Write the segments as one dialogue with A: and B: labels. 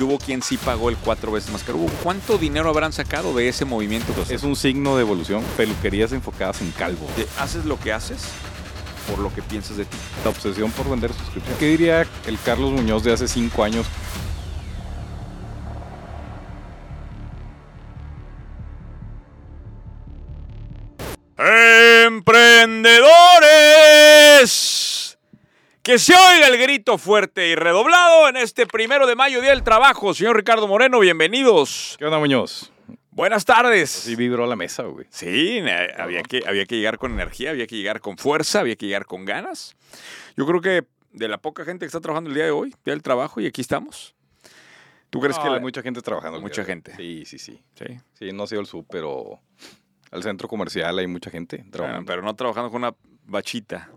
A: hubo quien sí pagó el cuatro veces más caro. ¿Cuánto dinero habrán sacado de ese movimiento? que
B: Es un signo de evolución. Peluquerías enfocadas en calvo.
A: Te- haces lo que haces por lo que piensas de ti.
B: La obsesión por vender suscripciones. ¿Qué diría el Carlos Muñoz de hace cinco años?
A: ¡Emprendedores! Que se oiga el grito fuerte y redoblado en este primero de mayo, Día del Trabajo. Señor Ricardo Moreno, bienvenidos.
B: ¿Qué onda, Muñoz?
A: Buenas tardes.
B: Sí vibró la mesa, güey.
A: Sí, eh, había que, había que llegar con energía, había que llegar con fuerza, había que llegar con ganas. Yo creo que de la poca gente que está trabajando el día de hoy, día del trabajo, y aquí estamos. ¿Tú crees que
B: Ah,
A: la-
B: hay mucha gente trabajando?
A: Mucha
B: güey.
A: gente.
B: Sí, sí, sí.
A: Sí.
B: Sí, no ha sido el sub, pero al centro comercial hay mucha gente
A: Bueno,
B: trabajando.
A: pero no trabajando con una bachita.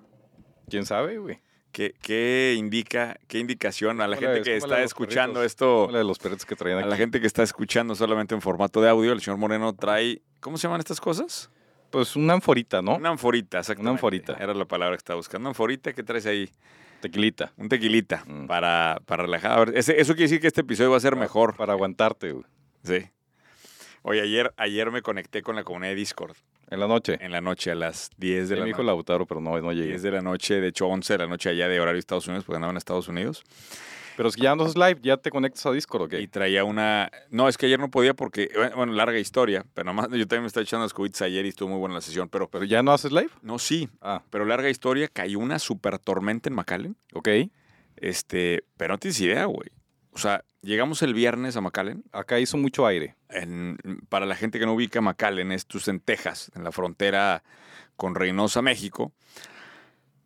B: ¿Quién sabe, güey?
A: ¿Qué, qué indica, qué indicación a la
B: Como la
A: gente
B: de-
A: que
B: como la
A: está
B: de los
A: escuchando
B: perritos.
A: esto?
B: Como Oh, La de los perros que traían
A: A
B: aquí.
A: la gente que está escuchando solamente en formato de audio, el señor Moreno trae. ¿Cómo se llaman estas cosas?
B: Pues una anforita, ¿no?
A: Una anforita, exactamente.
B: Una anforita.
A: Era la palabra que estaba buscando. Una anforita que traes ahí.
B: Tequilita.
A: Un tequilita
B: Mm.
A: para, para relajar. A ver, ese- eso quiere decir que este episodio va a ser mejor.
B: Para aguantarte, güey.
A: Sí. Oye, ayer, ayer me conecté con la comunidad de Discord
B: En la noche.
A: en la noche a las 10 de
B: Sí,
A: la
B: me dijo
A: noche.
B: Lautaro, pero no, no llegué.
A: 10 de la noche, de hecho 11 de la noche allá de horario de Estados Unidos, porque andaban en Estados Unidos.
B: Pero si ya no es live, ya te conectas a Discord, ¿ok?
A: Y traía una... No, es que ayer no podía porque... Bueno, larga historia, pero nomás yo también me estaba echando las cubitas ayer y estuvo muy buena la sesión, pero...
B: Pero ya no haces live.
A: No, sí,
B: Ah,
A: pero larga historia, cayó una super tormenta en McAllen.
B: ok.
A: Este, pero no tienes idea, güey. O sea, llegamos el viernes a McAllen,
B: Acá hizo mucho aire.
A: en- para la gente que no ubica McAllen, esto es en Texas, en la frontera con Reynosa, México.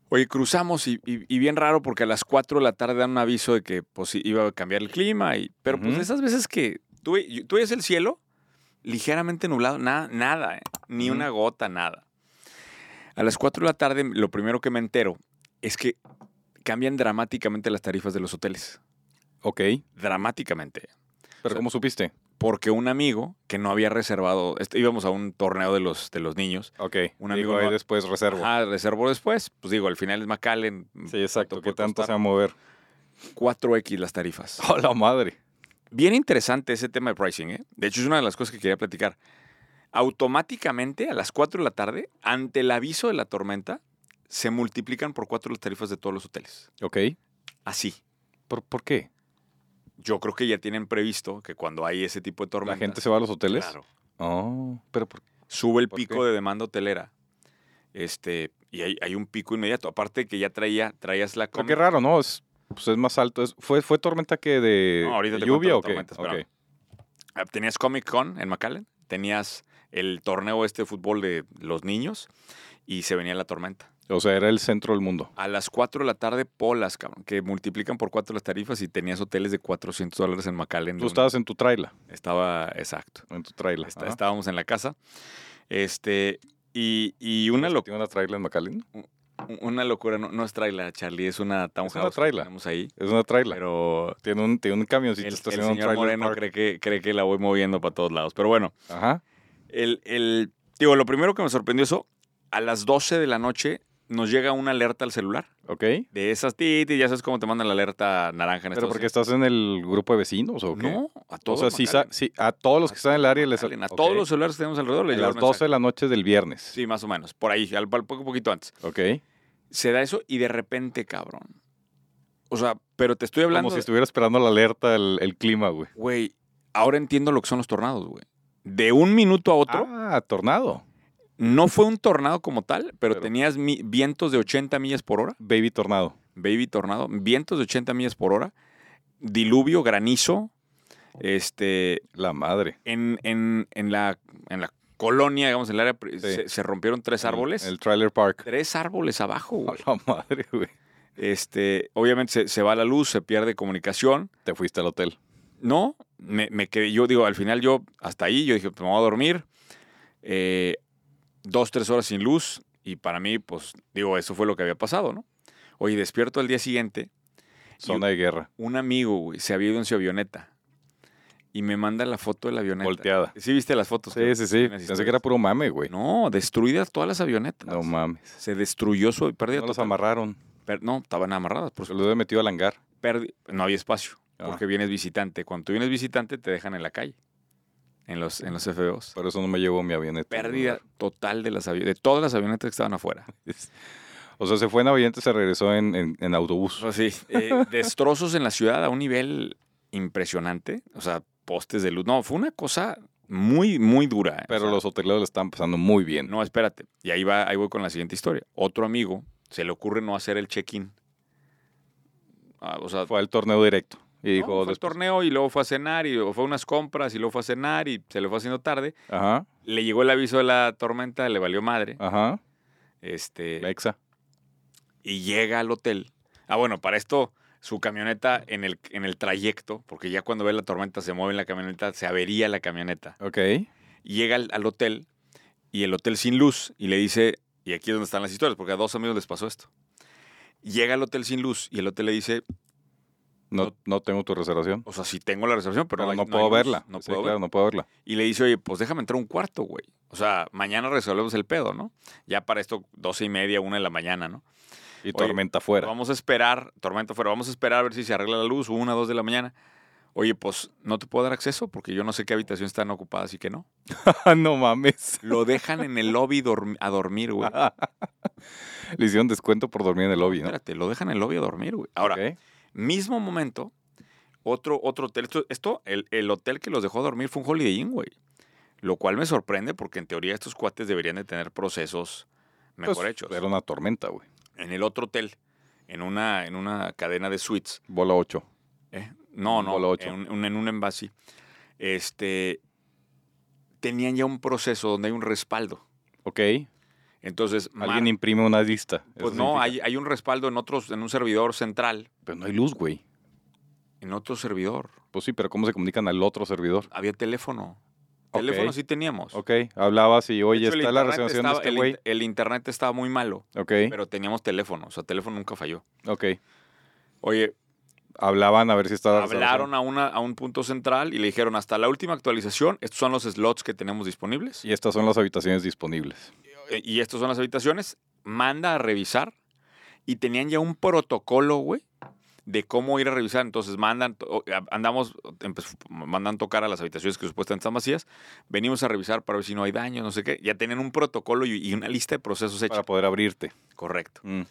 A: Oye, cruzamos y, y- y bien raro porque a las 4 de la tarde dan un aviso de que pues, iba a cambiar el clima. Y, pero pues
B: Ujú.
A: esas veces que tú, ve- yo- tú ves el cielo ligeramente nublado, nada, nada eh, ni
B: Ujú.
A: una gota, nada. A las 4 de la tarde lo primero que me entero es que cambian dramáticamente las tarifas de los hoteles.
B: Ok.
A: Dramáticamente
B: Pero
A: sea,
B: ¿cómo supiste?
A: porque un amigo que no había reservado, este, íbamos a un torneo de los, de los niños,
B: Ok.
A: un
B: Un
A: amigo
B: amigo
A: no-
B: después reservo.
A: ah, reservó después, pues digo, al final es McAllen,
B: sí, exacto.
A: ¿cuánto puede
B: ¿Qué tanto
A: costar?
B: se va a mover?
A: 4X las tarifas.
B: ¡Oh, la madre!
A: Bien interesante ese tema de pricing, ¿eh? De hecho, es una de las cosas que quería platicar. Automáticamente, a las 4 de la tarde, ante el aviso de la tormenta, se multiplican por 4 las tarifas de todos los hoteles.
B: Ok.
A: Así.
B: ¿Por, por qué?
A: Yo creo que ya tienen previsto que cuando hay ese tipo de
B: ¿La
A: tormentas...
B: gente se va a los hoteles?
A: Claro.
B: Oh, pero por-
A: sube el
B: ¿Por
A: pico
B: qué?
A: de demanda hotelera. Este, y hay, hay un pico inmediato. Aparte que ya traía, traías la
B: pero
A: com-
B: qué raro, ¿no? Es, pues es más alto. Es- ¿fue, ¿Fue tormenta que de,
A: No, ahorita
B: de
A: te cuento
B: lluvia
A: la
B: o qué?
A: tormenta, espérame. Ah, Tenías Comic Con en McAllen, tenías el torneo este de fútbol de los niños y se venía la tormenta.
B: Ok. O sea, era el centro del mundo.
A: A las 4 de la tarde, polas, cabrón, que multiplican por 4 las tarifas y tenías hoteles de 400 dólares en McAllen.
B: Tú estabas en tu traila.
A: Estaba, exacto.
B: En tu traila.
A: Está- estábamos en la casa. Este, y, y una, locura
B: ¿Tiene una traila en McAllen?
A: una locura, no, no es trailer, Charlie, es una townhouse. que
B: trailer.
A: Tenemos ahí,
B: Es una traila.
A: pero
B: Tiene un, tiene un camioncito
A: el, el
B: estacionado en un
A: señor
B: trailer
A: Moreno cree
B: park.
A: que, cree que la voy moviendo para todos lados. Pero bueno,
B: Ajá.
A: el, el, digo, lo primero que me sorprendió eso, a las 12 de la noche nos llega una alerta al celular.
B: Ok.
A: De esas titi, ya sabes cómo te mandan la alerta naranja en
B: ¿Pero
A: Estados
B: porque
A: Unidos.
B: estás en el grupo de vecinos o qué?
A: No, a
B: O
A: todos.
B: sea, sí, sa-
A: McAllen.
B: sí, a todos los que están en el área les
A: McAllen, a todos los celulares que tenemos alrededor. les
B: A
A: llega
B: las
A: un
B: 12
A: mensaje.
B: de la noche del viernes.
A: Sí, más o menos. Por ahí, al, al poco poquito antes.
B: Ok.
A: Se da eso y de repente, cabrón. O sea, pero te estoy hablando.
B: Como si
A: de-
B: estuviera esperando la alerta, el, el clima, güey.
A: Güey, ahora entiendo lo que son los tornados, güey. De un minuto a otro.
B: Ah, tornado.
A: No fue un tornado como tal, pero,
B: Pero-
A: tenías mi- vientos de 80 millas por hora,
B: Baby tornado.
A: baby tornado, vientos de 80 millas por hora, diluvio, granizo, este,
B: La madre.
A: en, en- en la, en la colonia, digamos, en el área, pri-
B: Sí.
A: se, se rompieron tres árboles.
B: En el trailer park.
A: Tres árboles abajo,
B: A
A: güey.
B: la madre, güey.
A: Este, obviamente se, se va la luz, se pierde comunicación.
B: Te fuiste al hotel.
A: No, me, me quedé, yo digo, al final yo, hasta ahí, yo dije, pues, me voy a dormir. Eh, dos, tres horas sin luz. Y para mí, pues, digo, eso fue lo que había pasado, ¿no? Oye, despierto al día siguiente.
B: Zona de guerra.
A: Un amigo, güey, se había ido en su avioneta. Y me manda la foto de la avioneta.
B: Volteada.
A: ¿Sí viste las fotos?
B: Sí, sí, sí.
A: Unas
B: Pensé
A: historias.
B: que era puro mame, güey.
A: No, destruidas todas las avionetas.
B: No mames.
A: Se destruyó su... Pérdida
B: No los
A: total.
B: amarraron.
A: Per- no, estaban amarradas, por
B: Se
A: supuesto.
B: los he metido al hangar.
A: Perdi- No había espacio.
B: Ah.
A: porque vienes visitante. Cuando tú vienes visitante, te dejan en la calle, en los, en los FBOs.
B: Por eso no me llevo mi avioneta.
A: Pérdida total de las avi- de todas las avionetas que estaban afuera.
B: O sea, se fue en avioneta, se regresó en, en- en autobús.
A: O sea, sí, eh, destrozos en la ciudad a un nivel impresionante. O sea, postes de luz. No, fue una cosa muy, muy dura. ¿eh?
B: Pero
A: O sea,
B: los hoteleros lo están pasando muy bien.
A: No, espérate. Y ahí, va, ahí voy con la siguiente historia. Otro amigo se le ocurre no hacer el check-in. Ah, o sea,
B: Fue al torneo directo. Y
A: ¿no? pues,
B: dijo,
A: fue al
B: después-
A: torneo y luego fue a cenar y luego fue a unas compras y luego fue a cenar y se le fue haciendo tarde.
B: Ajá,
A: Le llegó el aviso de la tormenta, le valió madre.
B: ajá.
A: Este,
B: La exa.
A: y llega al hotel. Ah, bueno, para esto, su camioneta en el, en el trayecto, porque ya cuando ve la tormenta se mueve en la camioneta, se avería la camioneta.
B: Ok.
A: Y llega al, al hotel y el hotel sin luz y le dice, y aquí es donde están las historias, porque a dos amigos les pasó esto. Llega al hotel sin luz y el hotel le dice,
B: No, no tengo tu reservación.
A: o sea, sí tengo la reservación, pero,
B: Pero
A: hay-
B: no
A: hay
B: puedo
A: luz,
B: verla.
A: No
B: Sí,
A: puedo
B: claro,
A: verla.
B: no puedo verla.
A: Y le dice, oye, pues déjame entrar a un cuarto, güey. O sea, mañana resolvemos el pedo, ¿no? Ya para esto, doce y media, una de la mañana, ¿no?
B: Y
A: Oye,
B: tormenta afuera.
A: Vamos a esperar, tormenta fuera, vamos a esperar a ver si se arregla la luz, una, dos de la mañana. Oye, pues no te puedo dar acceso porque yo no sé qué habitación están ocupadas y que no.
B: Ah, no mames.
A: Lo dejan en el lobby dorm- a dormir, güey.
B: Le hicieron descuento por dormir en el lobby, ¿no?
A: Espérate, lo dejan en el lobby a dormir, güey. Ahora,
B: Ok.
A: mismo momento, otro, otro hotel. Esto, esto, el, el hotel que los dejó dormir fue un Holiday Inn, güey. Lo cual me sorprende porque en teoría estos cuates deberían de tener procesos mejor
B: Pues,
A: hechos.
B: Era una tormenta, güey.
A: En el otro hotel, en una, en una cadena de suites,
B: Bola 8.
A: ¿Eh? No,
B: Un
A: no,
B: bolo ocho.
A: En, un, en un embassy. Este, tenían ya un proceso donde hay un respaldo.
B: Ok.
A: Entonces, mar-
B: Alguien imprime una lista.
A: pues
B: Eso
A: no,
B: significa.
A: hay, hay un respaldo en otros, en un servidor central,
B: Pero no hay luz, güey.
A: en otro servidor.
B: Pues sí, pero ¿cómo se comunican al otro servidor?
A: Había teléfono.
B: Ok.
A: Teléfono sí teníamos.
B: Ok, hablabas y,
A: Pues, De
B: oye,
A: hecho, el
B: está la
A: internet
B: reservación de
A: estaba-
B: este
A: el
B: güey.
A: in- El, internet estaba muy malo,
B: Ok,
A: pero teníamos teléfono. O sea, teléfono nunca falló.
B: ok.
A: Oye,
B: Hablaban a ver si estaba la reservación.
A: hablaron a, una, a un punto central y le dijeron, hasta la última actualización, estos son los slots que tenemos disponibles.
B: Y estas son las habitaciones disponibles.
A: eh, y estas son las habitaciones, manda a revisar y tenían ya un protocolo, güey, de cómo ir a revisar. Entonces mandan, to- o- a- andamos, empe- mandan tocar a las habitaciones que supuestamente están vacías, venimos a revisar para ver si no hay daño, no sé qué. Ya tenían un protocolo y, y una lista de procesos hecha.
B: Para poder abrirte.
A: Correcto.
B: Mm.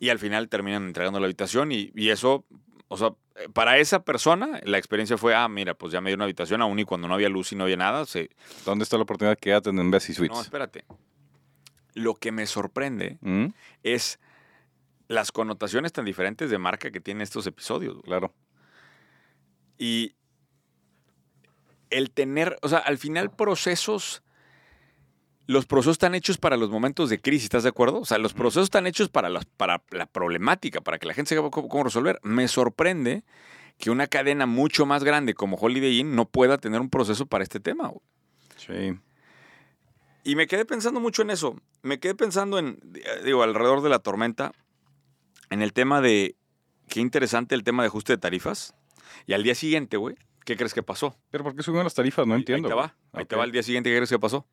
A: Y al final terminan entregando la habitación y, y eso, o sea, eh, para esa persona la experiencia fue, ah, mira, pues ya me dio una habitación aún y cuando no había luz y no había nada, se...
B: ¿Dónde está la oportunidad? Quédate en Embassy
A: No,
B: Suites.
A: espérate. Lo que me sorprende
B: Mm,
A: es las connotaciones tan diferentes de marca que tienen estos episodios. güey.
B: Claro.
A: Y el tener, o sea, al final procesos, los procesos están hechos para los momentos de crisis, ¿estás de acuerdo? O sea, los procesos están hechos para, las- para la problemática, para que la gente sepa cómo, cómo resolver. Me sorprende que una cadena mucho más grande como Holiday Inn no pueda tener un proceso para este tema. güey.
B: Sí.
A: Y me quedé pensando mucho en eso. Me quedé pensando en, eh, digo, alrededor de la tormenta, en el tema de, qué interesante el tema de ajuste de tarifas. Y al día siguiente, güey, ¿qué crees que pasó?
B: Pero ¿por qué subieron las tarifas? No entiendo.
A: Ahí te
B: güey.
A: va. Ahí te
B: Ok. Pues
A: va al día siguiente, ¿qué crees que pasó?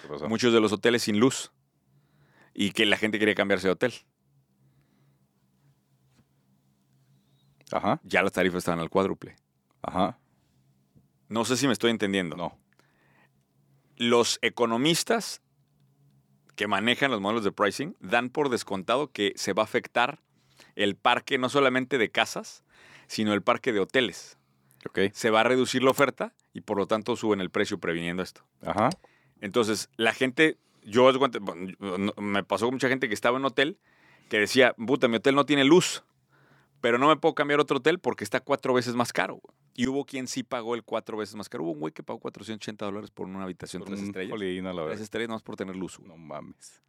B: ¿Qué pasó?
A: Muchos de los hoteles sin luz. Y que la gente quería cambiarse de hotel.
B: Ajá,
A: Ya las tarifas estaban al cuádruple.
B: ajá.
A: No sé si me estoy entendiendo.
B: No.
A: Los economistas que manejan los modelos de pricing dan por descontado que se va a afectar el parque no solamente de casas, sino el parque de hoteles.
B: Ok.
A: se va a reducir la oferta y por lo tanto suben el precio previniendo esto.
B: Ajá. Entonces,
A: Entonces, la gente, yo haz de cuenta, bueno, yo- no- me pasó con mucha gente que estaba en un hotel que decía, puta, mi hotel no tiene luz, pero no me puedo cambiar a otro hotel porque está cuatro veces más caro. güey". Y hubo quien sí pagó el cuatro veces más caro. Hubo un güey que pagó 480 dólares por una habitación
B: por
A: tres
B: un
A: estrellas.
B: Holiday Inn Mm, a la
A: Tres
B: verdad.
A: estrellas nomás por tener luz. güey.
B: No mames.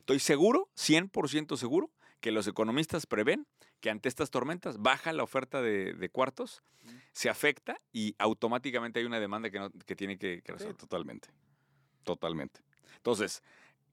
A: Estoy seguro, 100% seguro, que los economistas prevén que ante estas tormentas baja la oferta de, de cuartos, se afecta y automáticamente hay una demanda que, no- que tiene que, que
B: Sí,
A: resolver.
B: totalmente. Totalmente.
A: Entonces,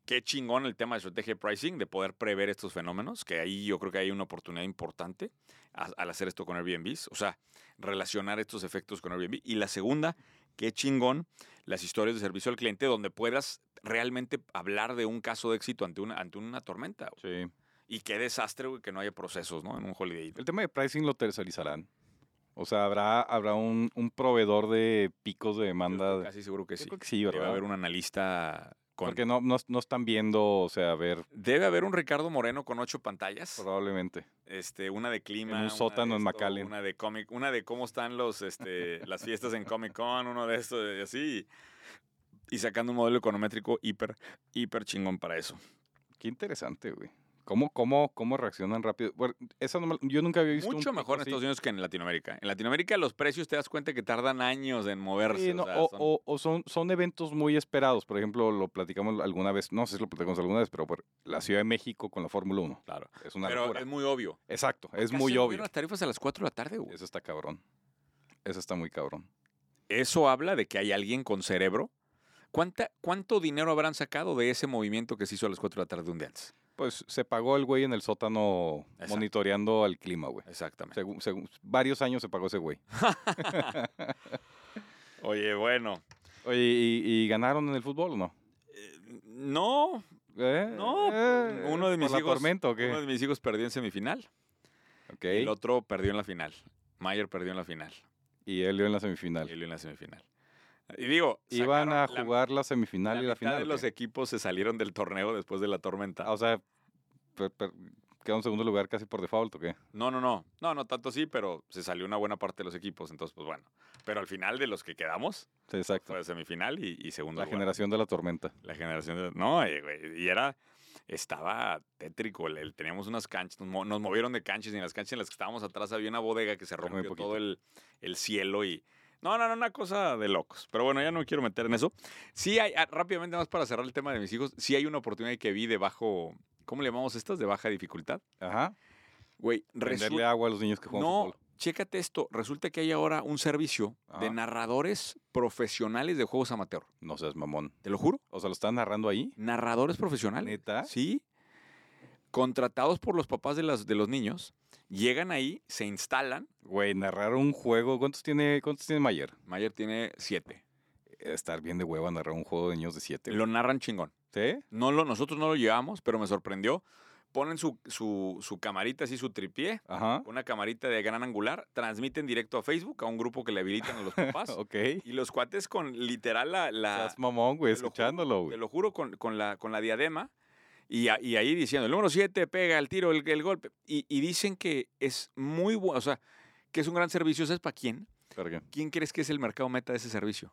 A: qué chingón el tema de estrategia de pricing, de poder prever estos fenómenos, que ahí yo creo que hay una oportunidad importante a- al hacer esto con Airbnb, o sea, relacionar estos efectos con Airbnb. Y la segunda, qué chingón las historias de servicio al cliente donde puedas realmente hablar de un caso de éxito ante una, ante una tormenta
B: Sí.
A: Y qué desastre, güey, que no haya procesos, ¿no? En un Holiday Inn.
B: El tema de pricing lo tercerizarán. O sea, habrá, habrá un, un proveedor de picos de demanda.
A: Yo Casi seguro que
B: Yo
A: sí.
B: creo que sí,
A: Debe
B: ¿verdad?
A: haber un analista con...
B: Porque no, no, no están viendo, o sea, a ver,
A: Debe haber un Ricardo Moreno con ocho pantallas.
B: probablemente.
A: Este, una de clima.
B: En un
A: una
B: sótano
A: de
B: en
A: esto,
B: McAllen.
A: Una de comic, una de cómo están los, este, las fiestas en Comic Con, uno de estos, y así. Y sacando un modelo econométrico hiper, hiper chingón para eso.
B: Qué interesante, güey. ¿Cómo, cómo, cómo reaccionan rápido? Bueno, esa no me- yo nunca había visto un
A: Mucho
B: pico
A: mejor en
B: así.
A: Estados Unidos que en Latinoamérica. En Latinoamérica los precios te das cuenta que tardan años en moverse.
B: Sí,
A: o
B: no,
A: sea,
B: o,
A: son-
B: o- o son, son eventos muy esperados. Por ejemplo, lo platicamos alguna vez, no sé si lo platicamos alguna vez, pero por la Ciudad de México con la Fórmula 1.
A: claro.
B: Es una
A: Pero
B: locura.
A: es muy obvio.
B: Exacto, es
A: Casi
B: muy
A: subieron
B: obvio.
A: las tarifas a las 4 de la tarde, güey.
B: Eso está cabrón. Eso está muy cabrón.
A: Eso habla de que hay alguien con cerebro. ¿Cuánta, ¿Cuánto dinero habrán sacado de ese movimiento que se hizo a las 4 de la tarde un día antes?
B: Pues se pagó el güey en el sótano
A: Exacto.
B: monitoreando al clima, güey.
A: Exactamente.
B: Según, según- varios años se pagó ese güey.
A: Oye, bueno.
B: Oye, ¿y, y ganaron en el fútbol o no?
A: No,
B: ¿Eh?
A: no. pues,
B: Eh,
A: uno, de mis
B: ¿por la
A: hijos,
B: tormenta o qué?
A: uno de mis hijos perdió en semifinal.
B: Ok.
A: El otro perdió en la final. Mayer perdió en la final.
B: Y él dio en la
A: Y
B: semifinal.
A: él en la semifinal. Y digo,
B: Iban a
A: sacaron la-
B: jugar la, semifinal y la
A: mitad
B: final.
A: de
B: ¿o
A: los
B: qué?
A: equipos se salieron del torneo después de la
B: Ah,
A: tormenta.
B: o sea, per- per- quedó en segundo lugar casi por default, ¿o qué?
A: No, no, no. No, no tanto sí, pero se salió una buena parte de los equipos. Entonces, pues bueno. Pero al final de los que quedamos,
B: Sí, exacto.
A: fue semifinal y, y segundo
B: la
A: lugar.
B: generación de la tormenta.
A: La generación de... No, oye, güey, y era... Estaba tétrico. el- el- teníamos unas canchas. Nos, mo- nos movieron de canchas y en las canchas en las que estábamos atrás había una bodega que se
B: Déjame
A: rompió
B: poquito.
A: todo el, el cielo y... No, no, no, una cosa de locos. Pero bueno, ya no me quiero meter en eso. Sí hay, ah, rápidamente más para cerrar el tema de mis hijos, sí hay una oportunidad que vi de bajo... ¿Cómo le llamamos estas? De baja dificultad.
B: Ajá.
A: Güey,
B: Renderle
A: resulta...
B: agua a los niños que juegan
A: No,
B: fútbol. Ah.
A: chécate esto. Resulta que hay ahora un servicio de
B: Ajá.
A: narradores profesionales de juegos amateur.
B: No seas mamón.
A: Te lo juro.
B: O sea, ¿lo están narrando ahí?
A: narradores profesionales.
B: ¿Neta?
A: Sí. Contratados por los papás de, las, de los niños, llegan ahí, se instalan.
B: Güey, narrar un juego. ¿Cuántos tiene, cuántos tiene Mayer?
A: Mayer tiene siete.
B: Estar bien de hueva narrar un juego de niños de 7.
A: Lo narran chingón.
B: ¿Sí?
A: No lo, nosotros no lo llevamos, pero me sorprendió. Ponen su, su, su camarita, así su tripié,
B: Ajá.
A: una camarita de gran angular, transmiten directo a Facebook, a un grupo que le habilitan a los papás. Ah,
B: Ok. Estás
A: y los cuates con literal la... la-
B: mamón, güey,
A: te lo juro,
B: escuchándolo,
A: Te
B: güey.
A: lo juro, con, con la, con la diadema. Y, a- y ahí diciendo, el número 7 pega el tiro, el, el golpe. Y, y dicen que es muy bueno, o sea, que es un gran servicio. ¿Sabes para quién?
B: Verga.
A: ¿Quién crees que es el mercado meta de ese servicio?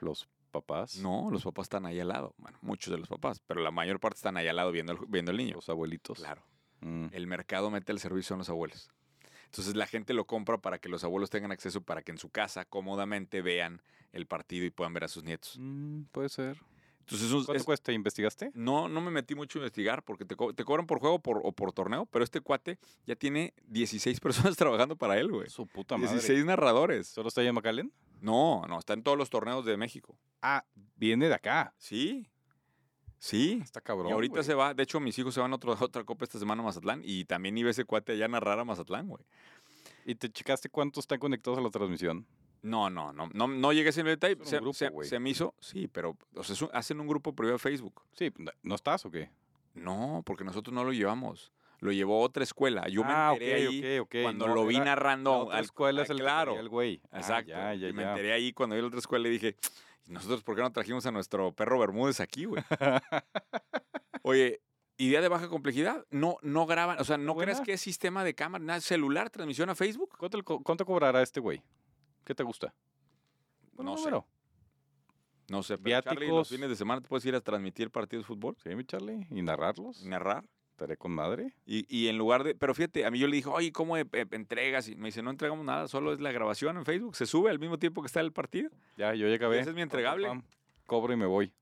B: Los papás,
A: No, los papás están ahí al lado. Bueno, muchos de los papás, pero la mayor parte están ahí al lado viendo al, viendo al niño.
B: los abuelitos.
A: Claro.
B: Mm.
A: El mercado meta el servicio son los abuelos. Entonces la gente lo compra para que los abuelos tengan acceso para que en su casa cómodamente vean el partido y puedan ver a sus nietos.
B: Mm, puede ser.
A: Entonces es un-
B: ¿Cuánto
A: Pues es-
B: cuesta? ¿Investigaste?
A: No, no me metí mucho a investigar porque te, co- te cobran por juego por- o por torneo, pero este cuate ya tiene 16 personas trabajando para él, güey.
B: Su puta madre.
A: 16 narradores.
B: ¿Solo está ahí en McAllen?
A: No, no, está en todos los torneos de México.
B: Ah, viene de acá.
A: Sí. Sí.
B: Está cabrón.
A: Y ahorita
B: güey.
A: se va, de hecho, mis hijos se van a otro- a otra copa esta semana a Mazatlán y también iba ese cuate allá a narrar a Mazatlán, güey.
B: ¿Y te checaste cuántos están conectados a la transmisión?
A: No, no, no, no, no llegué a ese detalle.
B: Es un
A: Se,
B: grupo,
A: se-
B: güey.
A: se me hizo, sí, pero o sea, es un- hacen un grupo privado de Facebook.
B: Sí, pues, ¿no- ¿no estás o qué?
A: No, porque nosotros no lo llevamos. Lo llevó a otra escuela. Yo me
B: Ah,
A: enteré
B: ok,
A: ahí
B: ok, ok.
A: cuando
B: No,
A: lo vi
B: era- la
A: narrando
B: otra
A: al
B: escuela
A: ah,
B: es el que
A: claro.
B: traía el güey. Ah,
A: Exacto.
B: ya, ya,
A: y me
B: ya.
A: enteré ahí cuando vi la otra escuela y dije, "Ch, nosotros por qué no trajimos a nuestro perro Bermúdez aquí, güey. Oye, idea de baja complejidad, no no graban, o sea, no
B: Buena.
A: crees que es sistema de cámara, nada, celular, transmisión a Facebook?
B: ¿Cuánto, le co- cuánto cobrará este güey? ¿Qué te gusta? Pues
A: No sé. No sé, pero Charlie,
B: Viáticos.
A: los fines de semana te puedes ir a transmitir partidos de fútbol,
B: Sí, mi Charlie. ¿Y narrarlos?
A: narrar
B: ¿Estaré con madre?
A: y, y en lugar de, pero fíjate, a mí yo le dije, "Oye, ¿cómo eh, eh, entregas?" Y me dice, "No entregamos nada, solo es la grabación en Facebook, se sube al mismo tiempo que está el partido."
B: Ya, yo ya acabé.
A: Ese es mi entregable.
B: Pam, Cobro y me voy.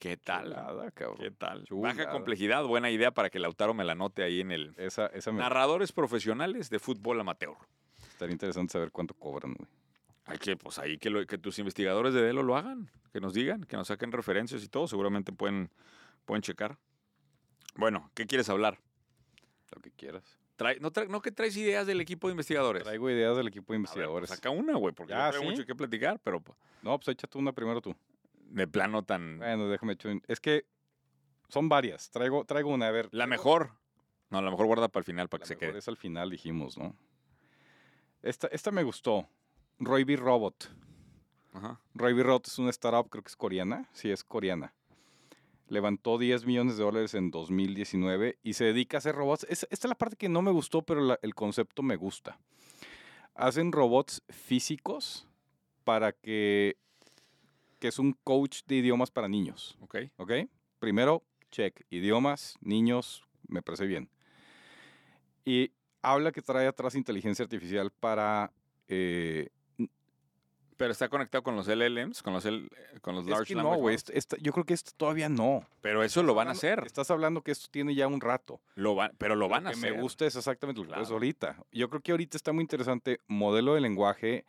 A: ¿Qué tal?
B: Nada,
A: ¿Qué
B: cabrón.
A: tal?
B: Chulada.
A: Baja complejidad, buena idea para que Lautaro me la note ahí en el.
B: Esa, esa me va
A: Narradores profesionales de fútbol amateur.
B: a estar interesante saber cuánto cobran, güey.
A: Hay que, pues ahí que, lo- que tus investigadores de Delo lo hagan, que nos digan, que nos saquen referencias y todo, seguramente pueden, pueden checar. Bueno, ¿qué quieres hablar?
B: Lo que quieras.
A: Trae- no, trae- no que traes ideas del equipo de investigadores.
B: Traigo ideas del equipo de
A: Pues, A ver, pues,
B: investigadores.
A: saca una, güey, porque
B: Ya,
A: no traigo
B: ¿sí?
A: mucho que platicar, pero pues,
B: no, pues échate una primero tú.
A: de plano tan.
B: Bueno, déjame echar un- Es que Son varias. Traigo, traigo una, a ver.
A: La mejor. No, la mejor guarda para el final, para
B: La
A: que se
B: mejor
A: quede.
B: es al final, dijimos, ¿no? Esta, esta me gustó. Roy B. Robot.
A: Ajá.
B: Roy B. Robot es una startup, creo que es coreana. Sí, es coreana. Levantó 10 millones de dólares en 2019 y se dedica a hacer robots. Es- esta es la parte que no me gustó, pero la- el concepto me gusta. Hacen robots físicos para que... que es un coach de idiomas para niños.
A: Ok.
B: ¿Ok? Primero, check. Idiomas, niños, me parece bien. Y habla que trae atrás inteligencia artificial para... eh,
A: Pero está conectado con los LLMs, con los, L- eh, con los
B: es
A: Large
B: que no,
A: Language
B: güey.
A: Models.
B: esto- esta- yo creo que esto todavía no.
A: Pero eso lo van a
B: Hablando-
A: hacer.
B: Estás hablando que esto tiene ya un rato.
A: Lo van, pero lo van a
B: que
A: hacer.
B: me gusta es exactamente lo que
A: Claro.
B: es ahorita. Yo creo que ahorita está muy interesante modelo de lenguaje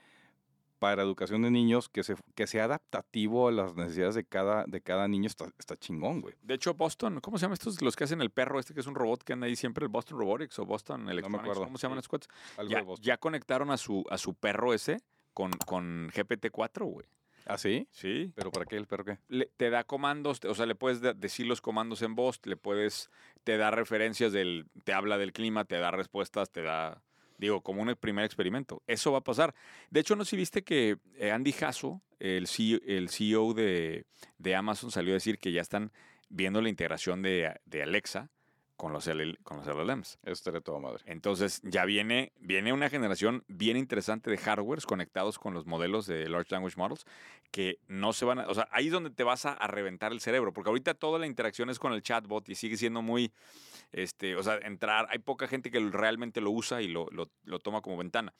B: para educación de niños que, se, que sea adaptativo a las necesidades de cada, de cada niño. Está, está chingón, güey.
A: De hecho, Boston, ¿cómo se llaman estos? Los que hacen el perro este, que es un robot que anda ahí siempre, el Boston Robotics o Boston Electronics.
B: acuerdo.
A: ¿Cómo se llaman
B: Sí.
A: los cuates?
B: Algo
A: Ya,
B: de voz.
A: ya conectaron a su, a su perro ese con, con GPT-4, güey.
B: ¿Ah, sí?
A: Sí.
B: ¿Pero para qué el perro qué?
A: le- te da comandos, te- o sea, le puedes da- decir los comandos en voz, le puedes, te da referencias del, te habla del clima, te da respuestas, te da, digo, como un primer experimento. Eso va a pasar. De hecho, no sé si viste que eh, Andy Jasso, el CEO, el CEO de, de Amazon, salió a decir que ya están viendo la integración de, de Alexa con los, LL con los LLMs.
B: Eso estaría toda madre.
A: Entonces ya viene, viene una generación bien interesante de hardwares conectados con los modelos de Large Language Models que no se van a... O sea, ahí es donde te vas a, a reventar el cerebro, porque ahorita toda la interacción es con el chatbot y sigue siendo muy... Este, o sea, entrar, hay poca gente que realmente lo usa y lo, lo- lo toma como ventana.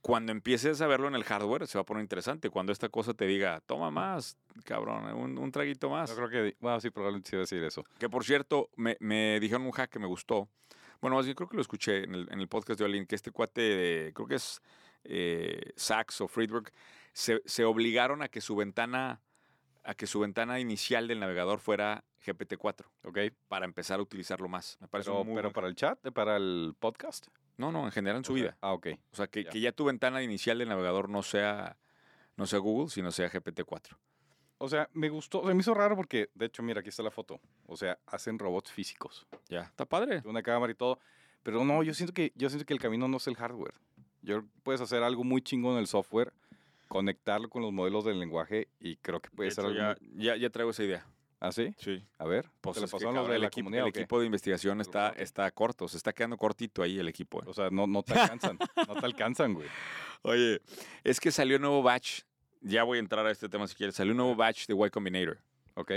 A: Cuando empieces a verlo en el hardware, se va a poner interesante. Cuando esta cosa te diga, toma más, cabrón, un, un traguito más.
B: No creo que. Bueno, sí, probablemente sí iba a decir eso.
A: Que por cierto, me, me dijeron un hack que me gustó. Bueno, más bien creo que lo escuché en el, en el podcast de Olin, que este cuate, de- creo que es eh, Sachs o Friedberg, se, se obligaron a que su ventana a que su ventana inicial del navegador fuera GPT-4
B: ¿Ok?
A: para empezar a utilizarlo más. Me parece
B: Pero,
A: un muy
B: pero
A: buen-
B: para el chat, eh, para el podcast.
A: No, no, en general en su
B: O sea,
A: vida.
B: Ah, ok.
A: O sea, que,
B: ya.
A: que ya tu ventana inicial del navegador no sea, no sea Google, sino sea GPT-4.
B: O sea, me gustó. Se me hizo raro porque, de hecho, mira, aquí está la foto. O sea, hacen robots físicos.
A: Ya, está padre.
B: Una cámara y todo. Pero no, yo siento que, yo siento que el camino no es el hardware. Yo puedes hacer algo muy chingo en el software, conectarlo con los modelos del lenguaje y creo que puede
A: De
B: ser
A: hecho,
B: algo.
A: ya,
B: muy-
A: ya, ya traigo esa idea.
B: ¿Ah, sí?
A: Sí.
B: A ver.
A: Pues
B: ¿Te lo
A: es que,
B: pasaron los
A: cabrón,
B: de
A: el,
B: la
A: equipo,
B: comunidad
A: el
B: o qué?
A: equipo de investigación
B: Te lo
A: está,
B: pasaron.
A: está corto, se está quedando cortito ahí el equipo. ¿eh?
B: O sea, no, no te alcanzan. no te alcanzan, güey.
A: Oye, es que salió un nuevo batch, ya voy a entrar a este tema si quieres, salió un nuevo batch de Y Combinator.
B: ¿Ok?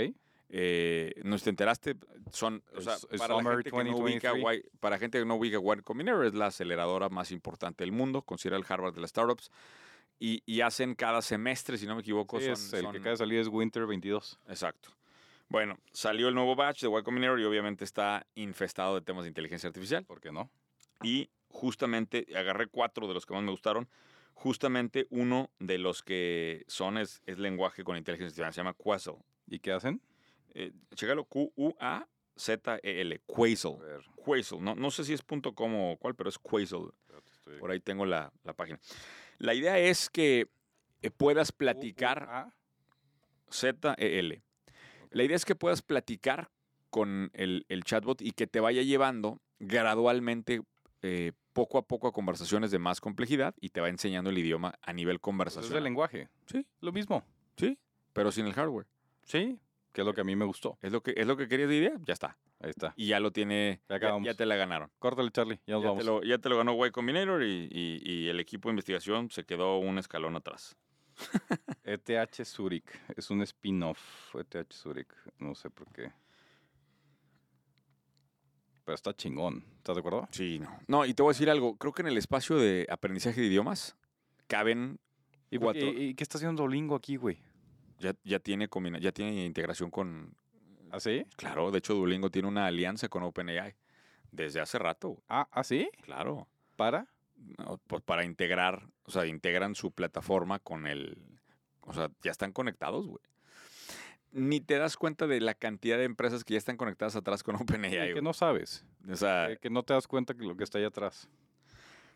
A: Eh, ¿No te enteraste? Son, o
B: El
A: sea,
B: s- el
A: para, la
B: Summer
A: gente que no ubica
B: 2023.
A: Y- para gente que no ubica Y Combinator, es la aceleradora más importante del mundo, considera el Harvard de las startups, y, y hacen cada semestre, si no me equivoco,
B: Sí,
A: son-
B: es el
A: son-
B: que acaba de salir es Winter 22.
A: Exacto. Bueno, salió el nuevo batch de Y Combinator y obviamente está infestado de temas de inteligencia artificial.
B: ¿Por qué no?
A: y justamente agarré cuatro de los que más me gustaron. Justamente uno de los que son es, es lenguaje con inteligencia artificial, se llama Quasel.
B: ¿Y qué hacen?
A: Eh, chécalo, Q-U-A-Z-E-L, E Quasel.
B: A ver,
A: Quasel, no, no sé si es punto .com o cuál, pero es Quasel.
B: espérate, estoy-
A: Por ahí tengo la, la página. La idea es que eh, puedas platicar...
B: UUA.
A: Z-E-L. E, La idea es que puedas platicar con el, el chatbot y que te vaya llevando gradualmente, eh, poco a poco, a conversaciones de más complejidad y te va enseñando el idioma a nivel
B: Pues es el
A: conversacional.
B: lenguaje.
A: Sí,
B: Lo mismo.
A: sí, pero sin el hardware.
B: Sí. Que es lo que a mí me gustó.
A: Es lo que, es lo que querías de idea, ya está.
B: Ahí está.
A: Y ya lo tiene,
B: Ya
A: ya,
B: acabamos.
A: ya te la ganaron.
B: Córtale, Charlie. Ya
A: Ya
B: nos
A: te,
B: vamos.
A: lo, ya te lo ganó Y Combinator y, y- y el equipo de investigación se quedó un escalón atrás.
B: ETH E Zurich. Es un spin-off. ETH Zurich. No sé por qué. Pero está chingón. ¿Estás de acuerdo?
A: Sí, no. No, y te voy a decir algo. Creo que en el espacio de aprendizaje de idiomas caben
B: ¿Y, por
A: Cuatro.
B: qué, y- y qué está haciendo Dolingo aquí, güey?
A: Ya, ya, tiene, combina- ya tiene integración con...
B: ¿Ah, sí?
A: Claro, de hecho Duolingo tiene una alianza con OpenAI desde hace rato,
B: Ah, ¿ah, sí?
A: claro.
B: ¿Para?
A: No, pues para integrar, o sea, integran su plataforma con el... O sea, ya están conectados, güey. Ni te das cuenta de la cantidad de empresas que ya están conectadas atrás con
B: Sí,
A: OpenAI.
B: que
A: güey.
B: no sabes. eh,
A: O sea,
B: Que, que no te das cuenta que lo que está ahí atrás.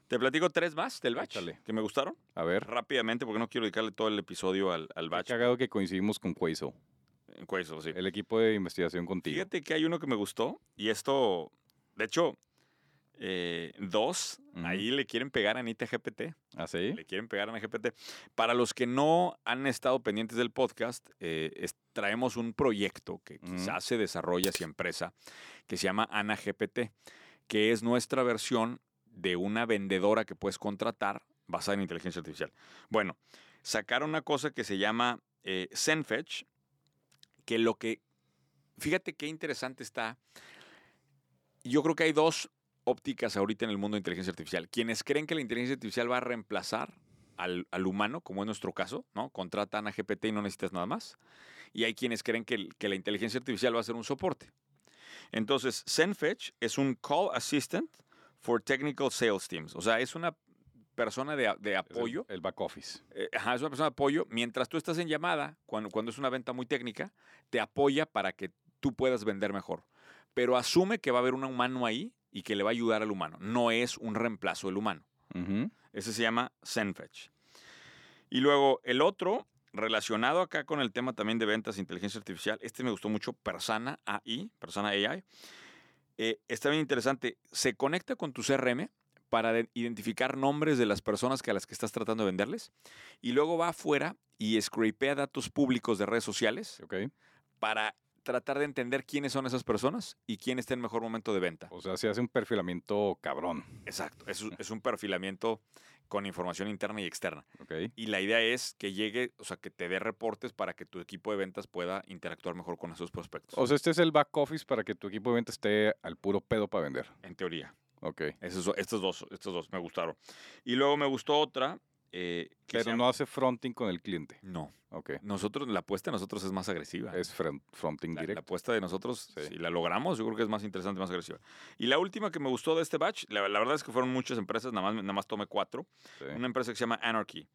A: te platico tres más del batch
B: Échale.
A: que me gustaron
B: A ver.
A: rápidamente porque no quiero dedicarle todo el episodio al, al
B: Qué
A: batch.
B: cagado que coincidimos con Quaiso.
A: En Quasel, sí.
B: El equipo de investigación contigo.
A: Fíjate que hay uno que me gustó y esto, de hecho, eh, dos,
B: Ujú.
A: ahí le quieren pegar a Anita GPT.
B: ¿Ah, sí?
A: Le quieren pegar a Ana GPT. Para los que no han estado pendientes del podcast, eh, es- traemos un proyecto que
B: Ujú.
A: quizás se desarrolla hacia empresa que se llama Ana GPT, que es nuestra versión de una vendedora que puedes contratar basada en inteligencia artificial. Bueno, sacaron una cosa que se llama eh, Zenfetch, que lo que. Fíjate qué interesante está. Yo creo que hay dos ópticas ahorita en el mundo de inteligencia artificial. Quienes creen que la inteligencia artificial va a reemplazar al, al humano, como es nuestro caso, ¿no? Contratan a GPT y no necesitas nada más. Y hay quienes creen que, el- que la inteligencia artificial va a ser un soporte. Entonces, Zenfetch es un Call Assistant for Technical Sales Teams. O sea, es una persona de, a- de
B: Es el-
A: apoyo
B: El, back office.
A: eh, ajá, es una persona de apoyo. Mientras tú estás en llamada, cuando, cuando es una venta muy técnica, te apoya para que tú puedas vender mejor. Pero asume que va a haber un humano ahí y que le va a ayudar al humano. No es un reemplazo del humano.
B: Ujú.
A: Ese se llama Zenfetch. Y luego el otro, relacionado acá con el tema también de ventas e inteligencia artificial, este me gustó mucho, Persana AI, Persana AI. Eh, está bien interesante. Se conecta con tu CRM para de- identificar nombres de las personas que a las que estás tratando de venderles. Y luego va afuera y scrapea datos públicos de redes sociales
B: Ok.
A: para tratar de entender quiénes son esas personas y quién está en mejor momento de venta.
B: O sea, se hace un perfilamiento cabrón.
A: Exacto. Es, un- es un perfilamiento con información interna y externa.
B: Ok.
A: Y la idea es que llegue, o sea, que te dé reportes para que tu equipo de ventas pueda interactuar mejor con esos prospectos.
B: O sea, este es el back office para que tu equipo de venta esté al puro pedo para vender.
A: en teoría.
B: Ok.
A: Esos, estos, dos, estos dos me gustaron. Y luego me gustó otra. eh, que se
B: Pero
A: llama-
B: no hace fronting con el cliente.
A: No.
B: Ok.
A: Nosotros, la apuesta de nosotros es más agresiva.
B: Es fron- fronting
A: Ah. la, la
B: directo.
A: apuesta de nosotros,
B: Sí.
A: si la logramos, yo creo que es más interesante, más agresiva. Y la última que me gustó de este batch, la, la verdad es que fueron muchas empresas, nada más, nada más tomé cuatro.
B: sí.
A: una empresa que se llama Anarchy,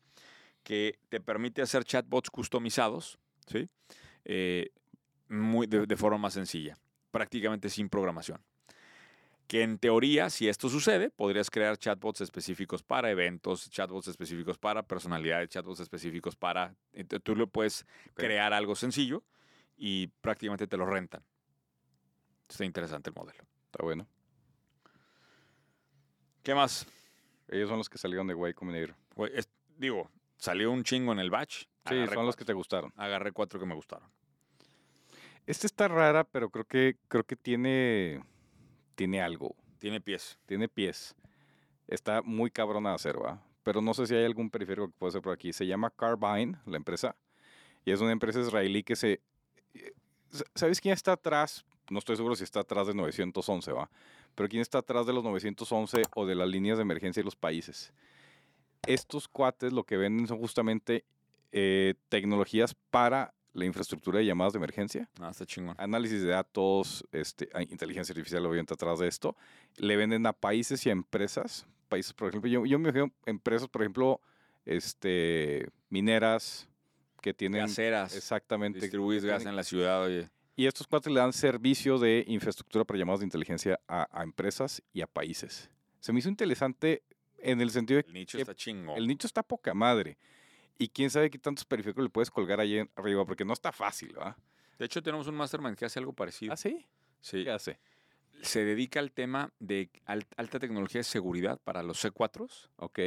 A: que te permite hacer chatbots customizados, ¿sí? Eh, muy, de, de forma más sencilla, prácticamente sin programación. Que en teoría, si esto sucede, podrías crear chatbots específicos para eventos, chatbots específicos para personalidades, chatbots específicos para... ent- Tú lo puedes crear algo sencillo y prácticamente te lo rentan. Está interesante el modelo.
B: Está bueno.
A: ¿Qué más?
B: Ellos son los que salieron de Way Combinator.
A: Güey, es- digo, salió un chingo en el batch.
B: Sí,
A: Agarré
B: son
A: cuatro.
B: los que te gustaron.
A: Agarré cuatro que me gustaron.
B: Esta está rara, pero creo que, creo que tiene, tiene algo.
A: Tiene pies.
B: Tiene pies. Está muy cabrona de hacer, ¿va? Pero no sé si hay algún periférico que pueda hacer por aquí. Se llama Carbine, la empresa. Y es una empresa israelí que se... eh, sa- ¿Sabes quién está atrás? No estoy seguro si está atrás de 911, ¿va? Pero quién está atrás de los 911 o de las líneas de emergencia de los países. Estos cuates lo que venden son justamente eh, tecnologías para la infraestructura de llamadas de emergencia
A: Ah, está chingón.
B: análisis de datos, este, a- inteligencia artificial obviamente atrás de esto, le venden a países y a empresas, países por ejemplo, yo, yo me imagino empresas por ejemplo, este, mineras que tienen
A: Gaseras.
B: exactamente
A: Distribuís
B: que
A: gas
B: tienen-
A: en la ciudad, oye.
B: y estos cuates le dan servicio de infraestructura para llamadas de inteligencia a, a empresas y a países. Se me hizo interesante en el sentido de
A: El nicho
B: que
A: está chingón.
B: el nicho está poca madre. Y quién sabe qué tantos periféricos le puedes colgar ahí en- arriba, porque no está fácil, ¿va? ¿Ah,
A: De hecho, tenemos un mastermind que hace algo parecido.
B: sí?
A: Sí.
B: ¿Qué hace?
A: Se dedica al tema de al- alta tecnología de seguridad para los C4s,
B: Ok.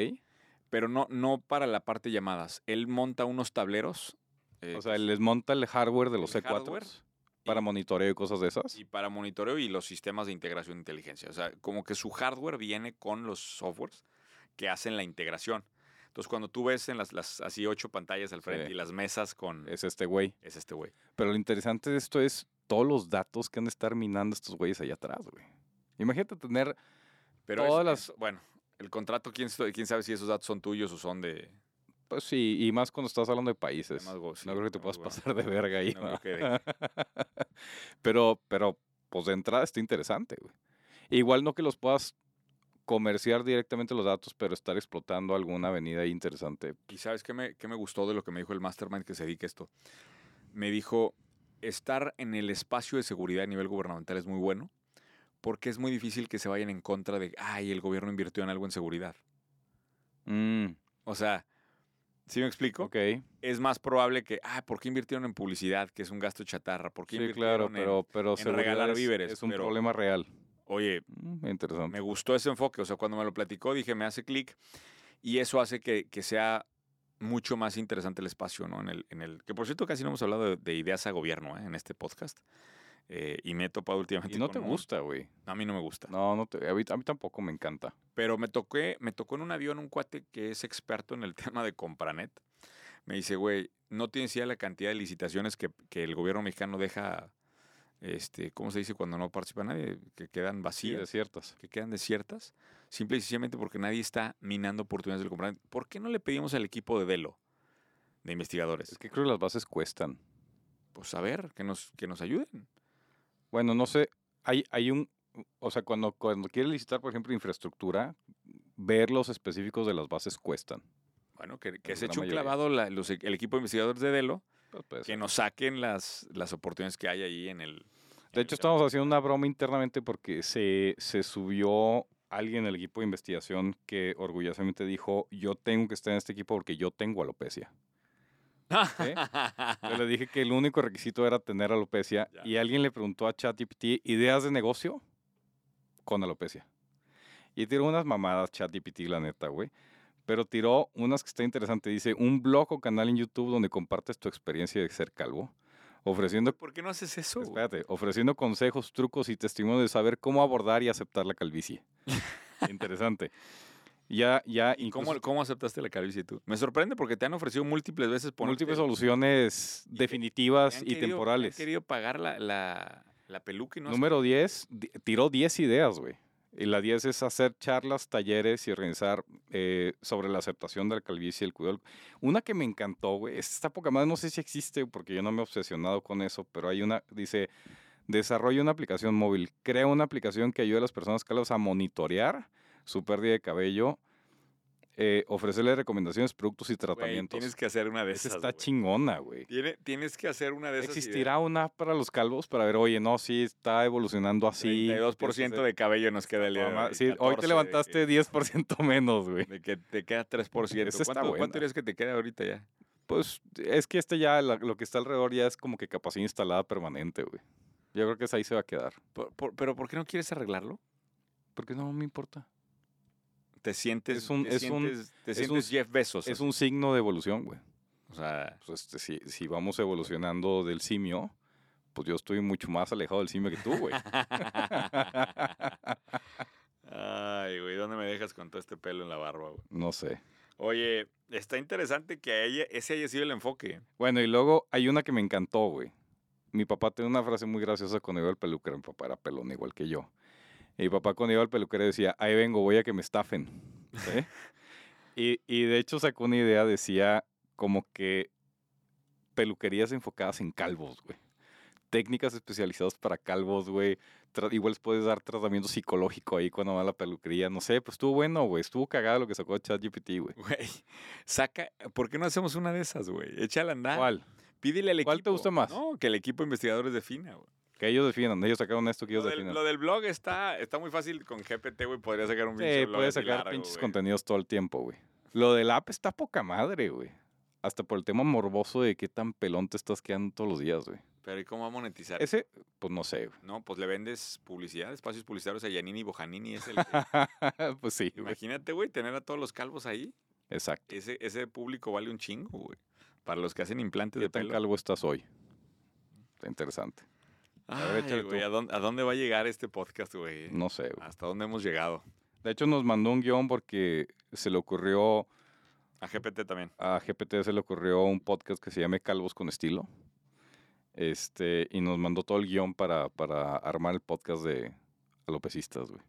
A: pero no, no para la parte de llamadas. Él monta unos tableros. eh,
B: O sea, les monta el hardware de los
A: el hardware
B: C4 para monitoreo y cosas de esas.
A: Y para monitoreo y los sistemas de integración de inteligencia. O sea, como que su hardware viene con los softwares que hacen la integración. Entonces, cuando tú ves en las, las así ocho pantallas al frente
B: Sí.
A: y las mesas con...
B: Es este güey.
A: es este güey.
B: Pero lo interesante de esto es todos los datos que han de estar minando estos güeyes allá atrás, güey. Imagínate tener.
A: Pero
B: Todas
A: es-
B: las-
A: es- bueno, el contrato, ¿quién, so- quién sabe si esos datos son tuyos o son de...
B: Pues sí, y más cuando estás hablando de países.
A: Temas go- sí,
B: no creo que te
A: temas
B: puedas
A: go-
B: pasar de verga ahí.
A: no
B: ¿no?
A: creo que de-
B: pero, pero, pues de entrada está interesante, güey. Igual no que los puedas comerciar directamente los datos, pero estar explotando alguna avenida ahí interesante.
A: ¿Y sabes qué me, qué me gustó de lo que me dijo el mastermind que se dedica a esto? Me dijo, estar en el espacio de seguridad a nivel gubernamental es muy bueno porque es muy difícil que se vayan en contra de, ay, el gobierno invirtió en algo en seguridad.
B: Mm,
A: O sea, ¿Sí me explico?
B: Ok.
A: Es más probable que, ah, ¿por qué invirtieron en publicidad? Que es un gasto chatarra. ¿Por qué
B: Sí, claro,
A: invirtieron en-
B: pero, pero seguridad
A: regalar
B: es-
A: víveres,
B: Es un
A: pero-
B: problema real.
A: Oye,
B: Mm, Interesante.
A: me gustó ese enfoque. O sea, cuando me lo platicó, dije, me hace clic. Y eso hace que, que sea mucho más interesante el espacio, ¿no? En el, en el, que por cierto, casi no hemos hablado de, de ideas a gobierno ¿eh? en este podcast. Eh, y me he topado últimamente.
B: Y no
A: con
B: te
A: un-
B: gusta, güey.
A: No, a mí no me gusta.
B: No, no te, a, mí, a mí tampoco me encanta.
A: Pero me toqué, me tocó en un avión un cuate que es experto en el tema de Compranet. Me dice, güey, no tienes idea la cantidad de licitaciones que, que el gobierno mexicano deja, este, ¿cómo se dice cuando no participa nadie? Que quedan
B: Sí,
A: vacías,
B: de ciertas.
A: que quedan desiertas, simple y sencillamente porque nadie está minando oportunidades del Compranet. ¿Por qué no le pedimos al equipo de Velo, de investigadores?
B: Es que creo que las bases cuestan.
A: Pues a ver, que nos, que nos ayuden.
B: Bueno, no sé, hay, hay un, o sea, cuando, cuando quieres licitar, por ejemplo, infraestructura, ver los específicos de las bases cuestan.
A: Bueno, que, que
B: Es
A: se
B: Pues, la
A: eche un
B: mayoría.
A: clavado la- los- e, el equipo de investigadores de Velo,
B: Pues, pues,
A: que nos saquen las, las oportunidades que hay ahí en el...
B: De hecho, estamos haciendo una broma internamente porque se, se subió alguien del equipo de investigación que orgullosamente dijo, yo tengo que estar en este equipo porque yo tengo alopecia. ¿Sí? Yo le dije que el único requisito era tener alopecia
A: Ya.
B: y alguien le preguntó a ChatGPT ideas de negocio con alopecia. Y tiró unas mamadas ChatGPT, la neta, güey. Pero tiró unas que está interesante. Dice, un blog o canal en YouTube donde compartes tu experiencia de ser calvo, ofreciendo,
A: ¿Por qué no haces eso? güey?
B: Pues, espérate, ofreciendo consejos, trucos y testimonios de saber cómo abordar y aceptar la calvicie. interesante. Ya, ya,
A: ¿Y
B: incluso
A: ¿Cómo, cómo aceptaste la calvicie tú? Me sorprende porque te han ofrecido múltiples veces ponerte-
B: múltiples
A: te han
B: soluciones
A: que-
B: definitivas y
A: querido- te han
B: temporales.
A: querido pagar la, la, la peluca y no has-
B: Número 10, di- tiró 10 ideas, güey. Y la 10 es hacer charlas, talleres y organizar eh, sobre la aceptación de la calvicie y el cuidado. del- Una que me encantó, güey, esta poca más, no sé si existe porque yo no me he obsesionado con eso, pero hay una, dice, desarrolla una aplicación móvil, crea una aplicación que ayude a las personas calvas a monitorear su pérdida de cabello, eh, ofrecerle recomendaciones, productos y
A: Güey,
B: tratamientos.
A: tienes que hacer una de
B: Esa
A: esas.
B: está
A: güey.
B: chingona, güey.
A: Tiene- tienes que hacer una de esas.
B: ¿Existirá una app para los calvos para ver, oye, no, sí, está evolucionando así?
A: ideas.
B: 32%
A: 32% de cabello nos queda el día. de hoy,
B: Sí, hoy
A: 14
B: te
A: de
B: levantaste 10% menos, güey.
A: que- De que, te queda 3%.
B: Esa está
A: ¿Cuánto,
B: buena.
A: ¿Cuánto dirías que te queda ahorita ya?
B: Pues es que este ya, la- lo que está alrededor ya es como que capacidad instalada permanente, güey. Yo creo que esa ahí se va a quedar.
A: Por- por- ¿Pero por qué no quieres arreglarlo?
B: Porque no me importa.
A: Te sientes,
B: Es un-
A: te
B: es un-
A: sientes, te
B: es un-
A: sientes Jeff Bezos.
B: Es un signo de evolución, güey.
A: o sea,
B: Pues este, si, si vamos evolucionando del simio, pues yo estoy mucho más alejado del simio que tú, güey.
A: Ay, güey, ¿dónde me dejas con todo este pelo en la barba, güey?
B: No sé.
A: Oye, está interesante que a ella, ese haya sido el enfoque.
B: Bueno, y luego hay una que me encantó, güey. Mi papá tenía una frase muy graciosa cuando iba al peluquero. Mi papá era pelón igual que yo. Y mi papá cuando iba al peluquero decía, ahí vengo, voy a que me estafen. ¿sí? y, y de hecho sacó una idea, decía como que peluquerías enfocadas en calvos, güey. Técnicas especializadas para calvos, güey. Tra- Igual les puedes dar tratamiento psicológico ahí cuando va a la peluquería. No sé, pues estuvo bueno, güey. Estuvo cagado lo que sacó ChatGPT, güey.
A: Güey, saca, ¿por qué no hacemos una de esas, güey? Échala a andar.
B: ¿Cuál?
A: Pídele al equipo.
B: ¿Cuál te gusta más?
A: No, que el equipo de investigadores defina, güey.
B: Que ellos definan. Ellos sacaron esto que ellos
A: Lo del,
B: definan.
A: lo del blog está, está muy fácil con GPT, güey. Podría sacar un pinche
B: Sí,
A: blog
B: puedes
A: así
B: sacar
A: largo,
B: pinches
A: güey.
B: contenidos todo el tiempo, güey. Lo del app está poca madre, güey. Hasta por el tema morboso de qué tan pelón te estás quedando todos los días, güey.
A: Pero ¿y cómo va a monetizar?
B: Ese, pues no sé,
A: No, pues le vendes publicidad, espacios publicitarios a Yanini Bojanini. Es el que-
B: güey. pues sí, güey.
A: Imagínate, güey, tener a todos los calvos ahí.
B: Exacto.
A: Ese, ese público vale un chingo, güey. Para los que hacen implantes
B: ¿Qué
A: de
B: tan
A: pelo.
B: calvo estás hoy? Está interesante. A ver,
A: Ay,
B: échale tú.
A: güey, ¿a, dónde, a dónde va a llegar este podcast, güey?
B: No sé, güey.
A: ¿Hasta dónde hemos llegado?
B: De hecho, nos mandó un guión porque se le ocurrió,
A: A GPT también.
B: a GPT se le ocurrió un podcast que se llame Calvos con Estilo. Este, y nos mandó todo el guión para, para armar el podcast de alopecistas, güey.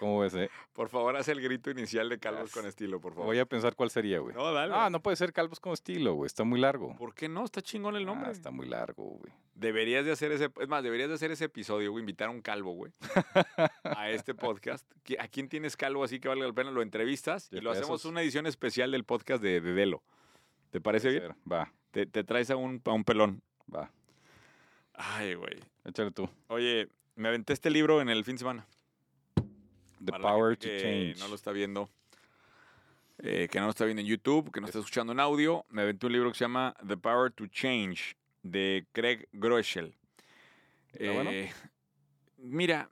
B: ¿Cómo ves, eh?
A: Por favor, haz el grito inicial de Calvos
B: Yes.
A: con estilo, por favor.
B: Voy a pensar cuál sería, güey.
A: No, dale.
B: Ah, no puede ser Calvos con estilo, güey. Está muy largo.
A: ¿Por qué no? Está chingón el nombre.
B: Ah, está muy largo, güey.
A: Deberías de hacer ese, es más, deberías de hacer ese episodio, güey, invitar a un calvo, güey, a este podcast. ¿Qui- ¿A quién tienes calvo así que valga la pena? Lo entrevistas y
B: Jeff
A: lo hacemos
B: Bezos.
A: una edición especial del podcast de, de Delo. ¿Te parece bien?
B: Ser. Va,
A: Te, te traes a un, a un pelón.
B: va.
A: Ay, güey.
B: Échale tú.
A: Oye, me aventé este libro en el fin de semana.
B: The
A: Para la
B: Power
A: gente
B: to
A: que
B: Change.
A: No lo está viendo. eh, que no está viendo en YouTube, que no está escuchando en audio, me aventé un libro que se llama The Power to Change de Craig Groeschel. Eh,
B: ¿Está bueno?
A: Mira,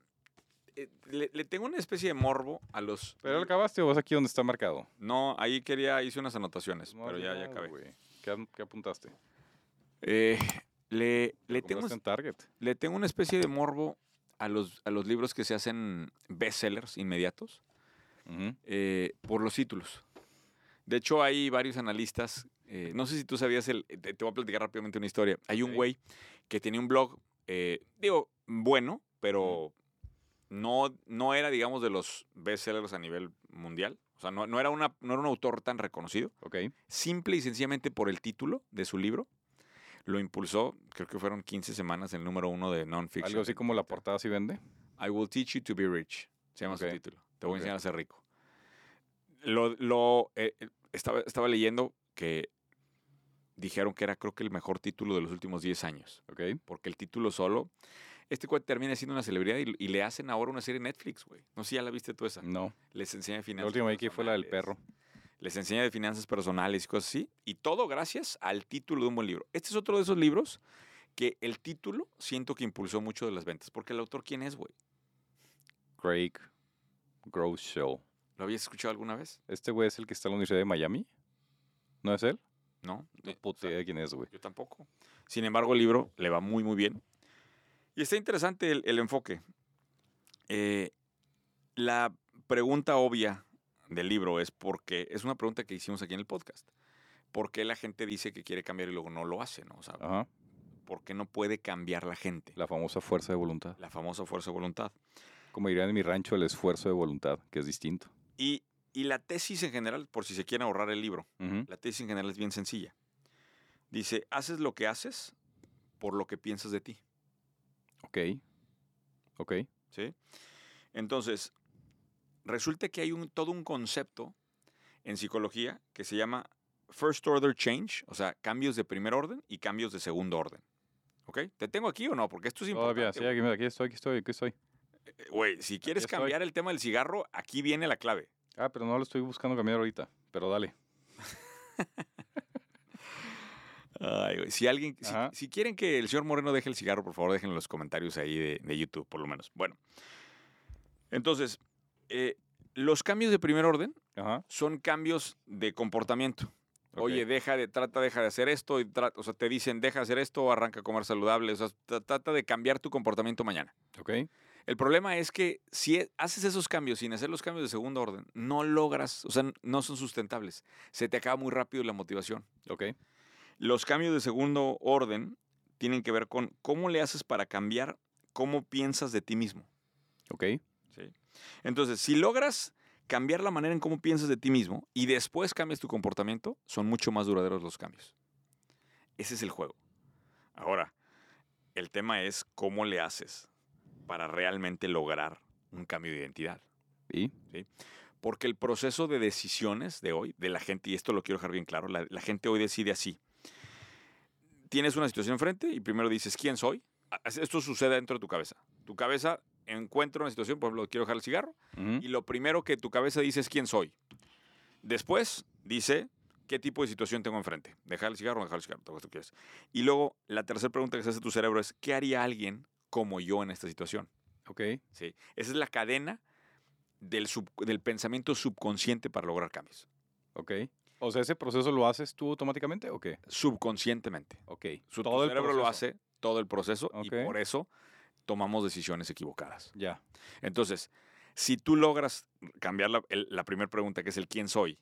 A: eh, le, le tengo una especie de morbo a los...
B: ¿Pero lo acabaste o vas aquí donde está marcado?
A: No, ahí quería, hice unas anotaciones,
B: No,
A: Pues, pero ya, ya
B: no,
A: acabé.
B: Pues, güey. ¿Qué, ap- qué apuntaste?
A: Eh, le, le,
B: Lo
A: tengo,
B: compraste en Target.
A: le tengo una especie de morbo a los, a los libros que se hacen bestsellers inmediatos.
B: Ujú.
A: eh, por los títulos. De hecho, hay varios analistas. eh, no sé si tú sabías, el, te, te voy a platicar rápidamente una historia. Hay un
B: Ok.
A: güey que tenía un blog, eh, digo, bueno, pero no, no era, digamos, de los bestsellers a nivel mundial. O sea, no, no era una, no era un autor tan reconocido.
B: Ok.
A: Simple y sencillamente por el título de su libro, lo impulsó, creo que fueron 15 semanas, el número uno de nonfiction.
B: Algo así como la portada si vende.
A: I Will Teach You to Be Rich. Se llama
B: Ok.
A: su título. Te voy
B: Ok.
A: a enseñar a ser rico. Lo, lo, eh, eh, estaba, estaba leyendo que dijeron que era creo que el mejor título de los últimos 10 años.
B: Ok.
A: Porque el título solo, este cuate termina siendo una celebridad y, y le hacen ahora una serie en Netflix, güey. No sé si ya la viste tú esa.
B: No.
A: Les enseña de
B: Mm. La
A: finanzas.
B: última que fue la del
A: personales.
B: perro.
A: Les enseña de finanzas personales y cosas así. Y todo gracias al título de un buen libro. Este es otro de esos libros que el título siento que impulsó mucho de las ventas. Porque el autor, ¿quién es, güey?
B: Craig Groeschel.
A: ¿Lo habías escuchado alguna vez?
B: ¿Este güey es el que está en la Universidad de Miami? ¿No es él?
A: ¿no?
B: No
A: Eh, o
B: puta
A: sea,
B: idea de quién es, güey.
A: yo tampoco. Sin embargo, el libro le va muy, muy bien. Y está interesante el, el enfoque. Eh, la pregunta obvia del libro es por qué, es una pregunta que hicimos aquí en el podcast, ¿por qué la gente dice que quiere cambiar y luego no lo hace? ¿no? O sea,
B: Ajá.
A: ¿por qué no puede cambiar la gente?
B: La famosa fuerza de voluntad.
A: La famosa fuerza de voluntad.
B: Como dirían en mi rancho, el esfuerzo de voluntad, que es distinto.
A: Y, y la tesis en general, por si se quieren ahorrar el libro,
B: Ujú.
A: la tesis en general es bien sencilla. Dice, haces lo que haces por lo que piensas de ti.
B: Ok. Ok.
A: ¿sí? Entonces, resulta que hay un, todo un concepto en psicología que se llama first order change, o sea, cambios de primer orden y cambios de segundo orden. ¿Ok? ¿Te tengo aquí o no? Porque esto es
B: Todavía,
A: importante.
B: sí, aquí, mira, aquí estoy, aquí estoy, aquí estoy.
A: güey. Güey, si quieres
B: estoy.
A: cambiar el tema del cigarro, aquí viene la clave.
B: Ah, pero no lo estoy buscando cambiar ahorita. Pero dale.
A: Ay, güey, Si alguien, si,
B: Ajá.
A: si quieren que el señor Moreno deje el cigarro, por favor, déjenlo en los comentarios ahí de, de YouTube, por lo menos. Bueno, entonces, eh, los cambios de primer orden
B: Ajá.
A: son cambios de comportamiento.
B: ok.
A: Oye, deja de, trata, deja de hacer esto, y tra- o sea, te dicen, deja de hacer esto, arranca a comer saludable, o sea, tra- trata de cambiar tu comportamiento mañana.
B: Ok.
A: El problema es que si e- haces esos cambios sin hacer los cambios de segundo orden, no logras, o sea, n- no son sustentables, se te acaba muy rápido la motivación.
B: Ok.
A: Los cambios de segundo orden tienen que ver con cómo le haces para cambiar cómo piensas de ti mismo.
B: Ok.
A: ¿sí? Entonces, si logras cambiar la manera en cómo piensas de ti mismo y después cambias tu comportamiento, son mucho más duraderos los cambios. Ese es el juego. Ahora, el tema es cómo le haces para realmente lograr un cambio de identidad.
B: ¿Y?
A: Porque el proceso de decisiones de hoy, de la gente, y esto lo quiero dejar bien claro, la, la gente hoy decide así. Tienes una situación enfrente y primero dices, ¿quién soy? A- Esto sucede dentro de tu cabeza. Tu cabeza encuentra una situación, por ejemplo, quiero dejar el cigarro,
B: Ujú.
A: y lo primero que tu cabeza dice es quién soy. Después dice qué tipo de situación tengo enfrente. Dejar el cigarro, o no dejar el cigarro, todo lo que tú quieres. Y luego la tercera pregunta que se hace tu cerebro es ¿qué haría alguien como yo en esta situación?
B: Ok.
A: ¿Sí? Esa es la cadena del, sub- del pensamiento subconsciente para lograr cambios.
B: Ok. O sea, ¿ese proceso lo haces tú automáticamente o qué?
A: Subconscientemente.
B: Ok.
A: Su, tu cerebro lo
B: proceso.
A: hace todo el proceso
B: Ok.
A: y por eso tomamos decisiones equivocadas.
B: Ya.
A: Entonces, si tú logras cambiar la, primera pregunta, que es el quién soy,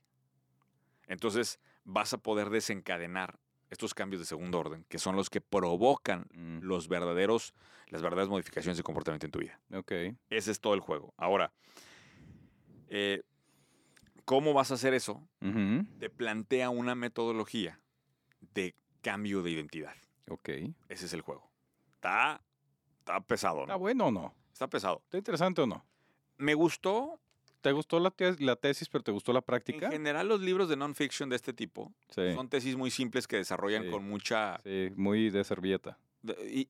A: entonces vas a poder desencadenar estos cambios de segundo orden, que son los que provocan
B: Mm,
A: los verdaderos, las verdaderas modificaciones de comportamiento en tu vida.
B: Ok.
A: Ese es todo el juego. Ahora, eh, ¿cómo vas a hacer eso?
B: Ujú.
A: Te plantea una metodología de cambio de identidad.
B: Ok.
A: Ese es el juego. Está, está pesado,
B: ¿Está
A: ¿no?
B: bueno o no?
A: Está pesado.
B: ¿Está interesante o no?
A: Me gustó
B: ¿Te gustó la, te- la tesis, pero te gustó la práctica?
A: En general, los libros de non-fiction de este tipo
B: Sí.
A: son tesis muy simples que desarrollan
B: Sí.
A: con mucha...
B: Sí, muy de servilleta.
A: de- y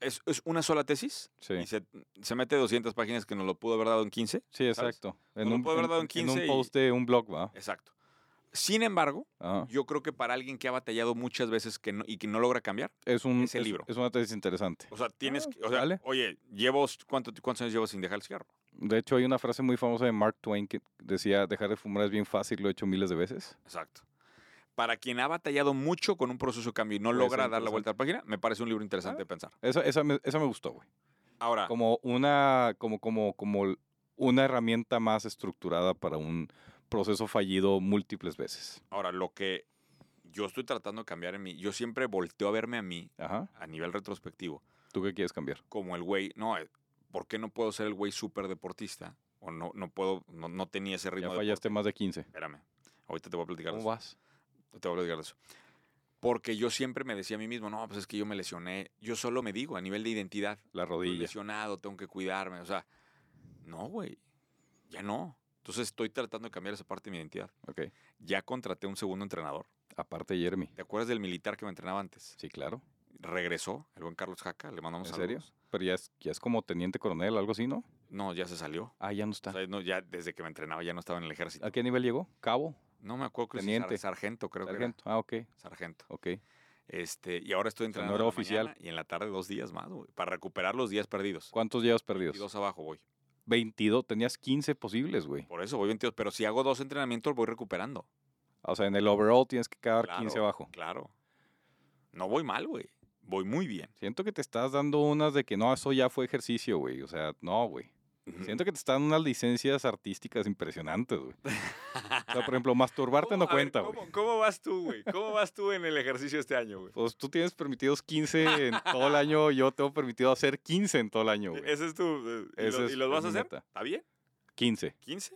A: es, es una sola tesis
B: Sí.
A: y se, se mete 200 páginas que nos lo pudo haber dado en 15.
B: Sí,
A: ¿sabes?
B: exacto.
A: No lo puedo haber dado en
B: en un
A: 15 y-
B: post de un blog, ¿va?
A: Exacto. Sin embargo,
B: Ajá.
A: yo creo que para alguien que ha batallado muchas veces que no- y que no logra cambiar,
B: Es un
A: Ese
B: es-
A: libro.
B: Es una tesis interesante.
A: o sea, tienes
B: Ah,
A: que, o sea,
B: vale.
A: oye, llevo, ¿cuánto, ¿cuántos años llevo sin dejar el cigarro?
B: De hecho, hay una frase muy famosa de Mark Twain que decía, dejar de fumar es bien fácil, lo he hecho miles de veces.
A: Exacto. Para quien ha batallado mucho con un proceso de cambio y no
B: Puede
A: logra
B: ser
A: dar la
B: interesante.
A: vuelta a la página, me parece un libro interesante
B: Ah.
A: de pensar.
B: Esa, esa, me, esa me gustó, güey.
A: Ahora,
B: Como una, como, como, como una herramienta más estructurada para un proceso fallido múltiples veces.
A: ahora, lo que yo estoy tratando de cambiar en mí, yo siempre volteo a verme a mí
B: Ajá.
A: a nivel retrospectivo
B: ¿Tú qué quieres cambiar?
A: como el güey, no, eh, ¿por qué no puedo ser el güey súper deportista? O no, no puedo, no, no tenía ese
B: Ya
A: ritmo. de
B: fallaste más de 15.
A: Espérame, ahorita te voy a platicar de
B: ¿Cómo
A: eso.
B: vas?
A: Te voy a platicar de eso. Porque yo siempre me decía a mí mismo, no, pues es que yo me lesioné. Yo solo me digo a nivel de identidad,
B: La
A: estoy
B: rodilla.
A: lesionado, tengo que cuidarme. O sea, no, güey, ya no. Entonces estoy tratando de cambiar esa parte de mi identidad.
B: Ok.
A: Ya contraté un segundo entrenador.
B: Aparte, Jeremy.
A: ¿Te acuerdas del militar que me entrenaba antes?
B: Sí, claro.
A: Regresó, el buen Carlos Jaca, le mandamos
B: ¿En serio?
A: saludos.
B: Pero ya es, ya es como teniente coronel, algo así, ¿no?
A: No, ya se salió.
B: Ah, ya no
A: O
B: está.
A: sea, no, ya desde que me entrenaba ya no estaba en el ejército.
B: ¿A qué nivel llegó? Cabo.
A: No me acuerdo que si
B: Ah, Teniente.
A: sar- sargento, creo
B: Sargento. Ah, ok.
A: que era. Sargento.
B: Ok.
A: Este, y ahora estoy
B: sea, no
A: entrenando
B: era
A: en la
B: oficial.
A: mañana y en la tarde dos días más, güey, para recuperar los días perdidos.
B: ¿Cuántos llevas
A: Y
B: perdidos?
A: dos abajo voy.
B: 22. Tenías 15 posibles, güey.
A: Por eso voy 22, pero si hago dos entrenamientos voy recuperando.
B: O sea, en el overall tienes que quedar
A: Claro,
B: 15 abajo.
A: Claro. No voy mal, güey. Voy muy bien.
B: Siento que te estás dando unas de que no, eso ya fue ejercicio, güey. O sea, no, güey. Siento que te están unas licencias artísticas impresionantes, güey. O sea, por ejemplo, masturbarte no cuenta, güey.
A: ¿cómo, ¿Cómo vas tú, güey? ¿Cómo vas tú en el ejercicio este año, güey?
B: Pues tú tienes permitidos 15 en todo el año, yo tengo permitido hacer 15 en todo el año, güey.
A: Ese es tu... eh, ¿Y,
B: Ese
A: lo-
B: es-
A: y los vas
B: es
A: a
B: mi
A: hacer?
B: meta.
A: ¿Está bien?
B: 15.
A: ¿15?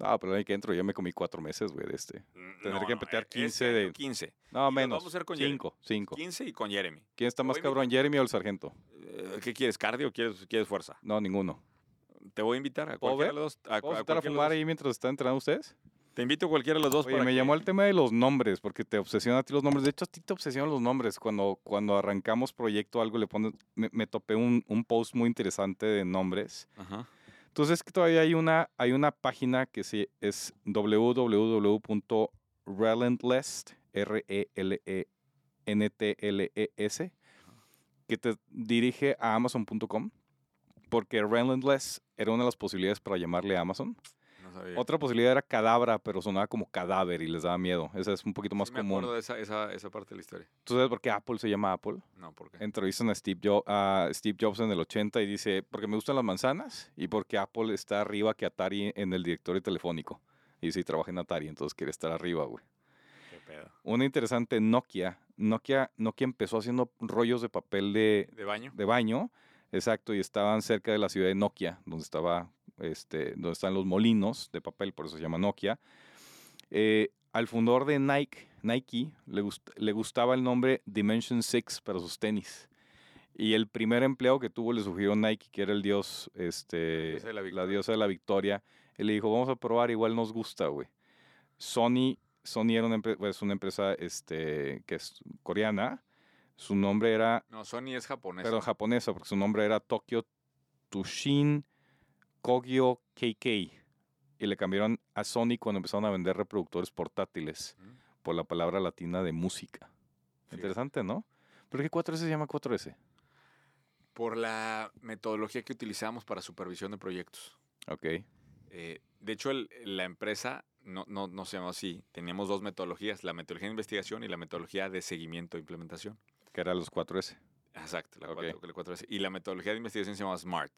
B: Ah, pero ahí que entro, ya me comí cuatro meses, güey, de
A: Mm,
B: este. Tener que petear
A: petear
B: 15 de-
A: 15.
B: No,
A: Y lo
B: menos.
A: vamos a hacer con Jeremy.
B: 5, 5.
A: 15 y con Jeremy.
B: ¿Quién está
A: Te
B: más
A: voy a
B: cabrón, Jeremy o el sargento?
A: Eh, ¿Qué quieres? ¿Cardio o quieres, quieres fuerza?
B: No, ninguno.
A: Te voy a invitar a
B: ¿Puedo
A: cualquiera
B: ver?
A: de los dos. A,
B: ¿Puedo
A: a
B: estar a
A: cualquiera de los
B: fumar
A: dos.
B: ahí mientras están entrenando ustedes?
A: Te invito a cualquiera de los dos.
B: Oye,
A: para
B: me
A: que-
B: llamó el tema de los nombres, porque te obsesionan a ti los nombres. De hecho, a ti te obsesionan los nombres. Cuando, cuando arrancamos proyecto o algo, le pones... Me, me topé un, un post muy interesante de nombres.
A: Ajá.
B: Entonces, es que todavía hay una, hay una página que se- es www.relentless, R-E-L-E-N-T-L-E-S, que te dirige a Amazon.com, porque Relentless era una de las posibilidades para llamarle a Amazon.
A: No sabía.
B: Otra posibilidad era Cadabra, pero sonaba como cadáver y les daba miedo. Esa es un poquito
A: Sí
B: más
A: me
B: común.
A: acuerdo de esa, esa, esa parte de la historia.
B: ¿Tú sabes por qué Apple se llama Apple?
A: No, ¿por qué?
B: entrevistan a Steve, Jo- a Steve Jobs en el 80 y dice, porque me gustan las manzanas y porque Apple está arriba que Atari en el directorio telefónico. Y dice, y trabaja en Atari, entonces quiere estar arriba, güey.
A: Qué pedo.
B: Una interesante, Nokia. Nokia, Nokia empezó haciendo rollos de papel de,
A: ¿De baño?
B: de baño, exacto, y estaban cerca de la ciudad de Nokia, donde estaba, este, donde están los molinos de papel, por eso se llama Nokia. Eh, al fundador de Nike, Nike, le, gust- le gustaba el nombre Dimension 6 para sus tenis. Y el primer empleo que tuvo le sugirió Nike, que era el dios, este,
A: diosa de la
B: la
A: victoria.
B: diosa de la victoria. Y le dijo, vamos a probar, igual nos gusta, güey. Sony, Sony era una, empre- pues, una empresa este, que es coreana. Su nombre era
A: No, Sony es japonés.
B: pero japonesa, porque su nombre era Tokyo Tushin Kogyo KK. Y le cambiaron a Sony cuando empezaron a vender reproductores portátiles por la palabra latina de música.
A: Fíjate.
B: Interesante, ¿no? ¿Pero qué 4S se llama 4S?
A: Por la metodología que utilizamos para supervisión de proyectos.
B: Ok.
A: Eh, de hecho, el- la empresa no, no, no se llamaba así. Teníamos dos metodologías, la metodología de investigación y la metodología de seguimiento e implementación.
B: Que eran los 4S.
A: Exacto, la
B: Ok.
A: cuatro- la cuatro S. Y la metodología de investigación se llamaba SMART.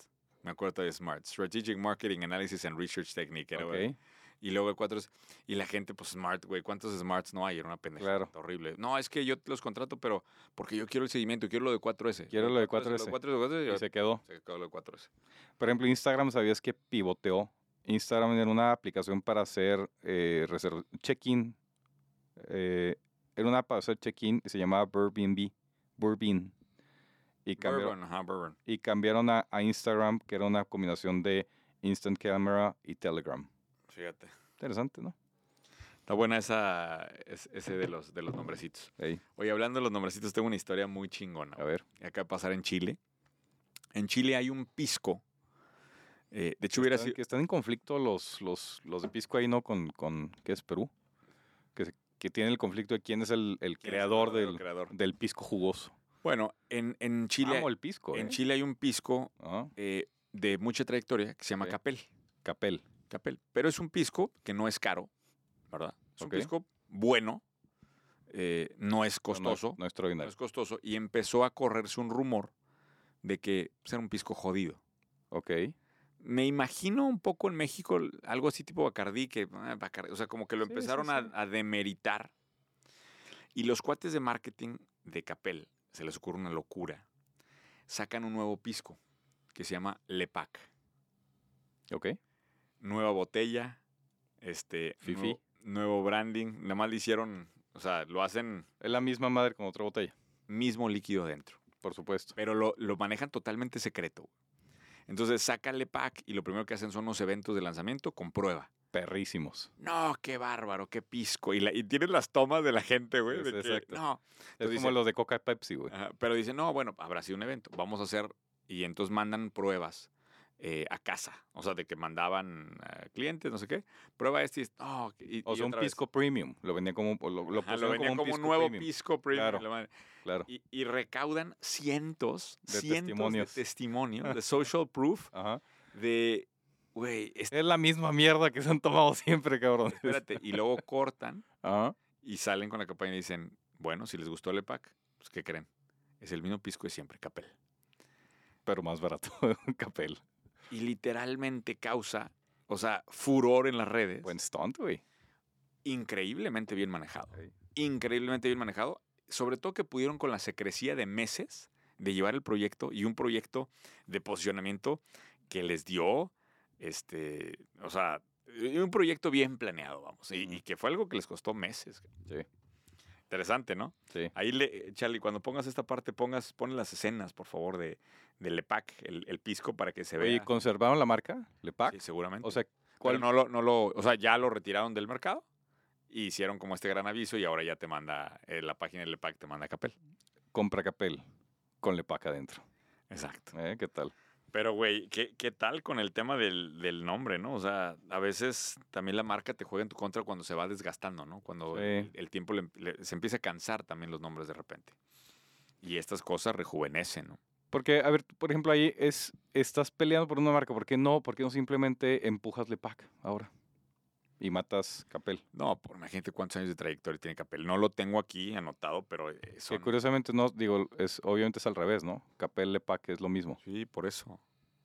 A: Me acuerdo todavía SMART. Strategic Marketing Analysis and Research Technique. Era, güey.
B: Ok.
A: Y luego el 4 es... Y la gente, pues SMART, güey. ¿Cuántos SMARTs no hay? Era una pendeja
B: Claro.
A: horrible. No, es que yo los contrato, pero porque yo quiero el seguimiento, quiero lo de 4S.
B: Quiero lo de 4S.
A: 4S, lo de 4S,
B: Y se quedó.
A: se acabó lo de 4S.
B: Por ejemplo, Instagram, ¿sabías que pivoteó? Instagram era una aplicación para hacer eh, reserv- check-in. eh, era una para hacer check-in y se llamaba Burbinb. Burbin. Y cambiaron,
A: Bourbon, ajá, Bourbon.
B: y cambiaron a, a Instagram, que era una combinación de Instant Camera y Telegram.
A: Fíjate.
B: Interesante, ¿no?
A: Está buena esa, es- ese de los, de los nombrecitos.
B: Ey,
A: Oye, hablando de los nombrecitos, tengo una historia muy
B: Ah,
A: chingona.
B: a ver.
A: que acaba de pasar en Chile. En Chile hay un pisco Eh, de hecho, hubiera
B: Están-
A: sido.
B: Que están en conflicto los, los, los de Pisco ahí, ¿no? Con, con ¿qué es Perú? Que, se- que tienen el conflicto de quién es el, el creador del,
A: creador.
B: del pisco jugoso.
A: Bueno, en, en Chile,
B: Amo el pisco,
A: en
B: ¿eh?
A: Chile hay un pisco
B: Ah,
A: eh, de mucha trayectoria que se llama
B: Ok.
A: Capel.
B: Capel.
A: Capel. Pero es un pisco que no es caro, ¿verdad? Es
B: Ok.
A: un pisco bueno, eh, no es
B: No, no es-
A: costoso.
B: No, es
A: no
B: extraordinario.
A: es costoso. Y empezó a correrse un rumor de que pues, era un pisco jodido.
B: Ok.
A: Me imagino un poco en México l- algo así tipo Bacardí, que, ah, Bacardí, o sea, como que lo
B: Sí, sí,
A: empezaron
B: sí.
A: A, a demeritar. Y los cuates de marketing de Capel, se les ocurre una locura, sacan un nuevo pisco que se llama Lepac.
B: Ok.
A: Nueva botella, este,
B: Fifí.
A: nuevo, nuevo branding, nada más le hicieron, o sea, lo hacen
B: Es la misma madre con otra botella,
A: mismo líquido dentro.
B: por supuesto.
A: Pero lo, lo manejan totalmente secreto. Entonces, sácale pack y lo primero que hacen son los eventos de lanzamiento con prueba.
B: Perrísimos.
A: No, qué bárbaro, qué pisco. Y, la- y tienen las tomas de la gente, güey.
B: Sí,
A: de
B: sí,
A: que,
B: exacto.
A: No.
B: Es
A: Entonces
B: como
A: dice-
B: los de Coca Pepsi, güey.
A: Ajá, pero dicen, no, bueno, habrá sido un evento. Vamos a hacer. Y entonces mandan pruebas eh, a casa. O sea, de que mandaban eh, clientes, no sé qué. Prueba este y es- no, y-
B: O
A: y
B: sea, un
A: otra vez.
B: pisco premium. Lo vendía como, lo, lo
A: Ajá,
B: pusieron
A: lo venía como,
B: un pisco
A: nuevo
B: premium.
A: pisco premium.
B: Claro.
A: la madre.
B: Claro.
A: Y, y recaudan cientos,
B: De
A: cientos
B: testimonios.
A: de testimonios, de social proof
B: Ajá.
A: de, güey, es-
B: Es la misma mierda que se han tomado siempre, cabrón.
A: espérate, y luego cortan
B: Ajá.
A: y salen con la campaña y dicen, bueno, si les gustó el EPAC, pues ¿qué creen? Es el mismo pisco de siempre, Capel.
B: Pero más barato, Capel.
A: Y literalmente causa, o sea, furor en las redes,
B: Buen stunt, güey.
A: increíblemente bien manejado,
B: Ok.
A: increíblemente bien manejado, sobre todo que pudieron con la secrecía de meses de llevar el proyecto y un proyecto de posicionamiento que les dio, este, o sea, un proyecto bien planeado, vamos, y, y que fue algo que les costó meses.
B: Sí.
A: Interesante, ¿no?
B: Sí.
A: Ahí, le, eh, Charlie, cuando pongas esta parte, pongas, pon las escenas, por favor, de, E de Lepac, el, el pisco, para que se vea.
B: Oye, ¿conservaron la marca? ¿Lepac?
A: Sí, seguramente.
B: o sea,
A: Pero
B: ¿cuál?
A: no lo, no lo, o sea, ya lo retiraron del mercado y hicieron como este gran aviso y ahora ya te manda, eh, la página de Lepac te manda Capel.
B: Compra Capel con Lepac adentro.
A: Exacto.
B: ¿Eh? ¿Qué tal?
A: Pero, güey, ¿qué, ¿qué tal con el tema del, del nombre, no? O sea, a veces también la marca te juega en tu contra cuando se va desgastando, ¿no? Cuando
B: Sí.
A: el, el tiempo le- le- se empieza a cansar también los nombres de repente. Y estas cosas rejuvenecen, ¿no?
B: Porque, a ver, tú, por ejemplo, ahí es, estás peleando por una marca. ¿Por qué no? ¿Por qué no simplemente empujas Lepac ahora? Y matas Capel.
A: No, por, imagínate cuántos años de trayectoria tiene Capel. No lo tengo aquí anotado, pero eh,
B: Que
A: son-
B: curiosamente no, digo, es, obviamente es al revés, ¿no? Capel, Lepac es lo mismo.
A: Sí, por eso.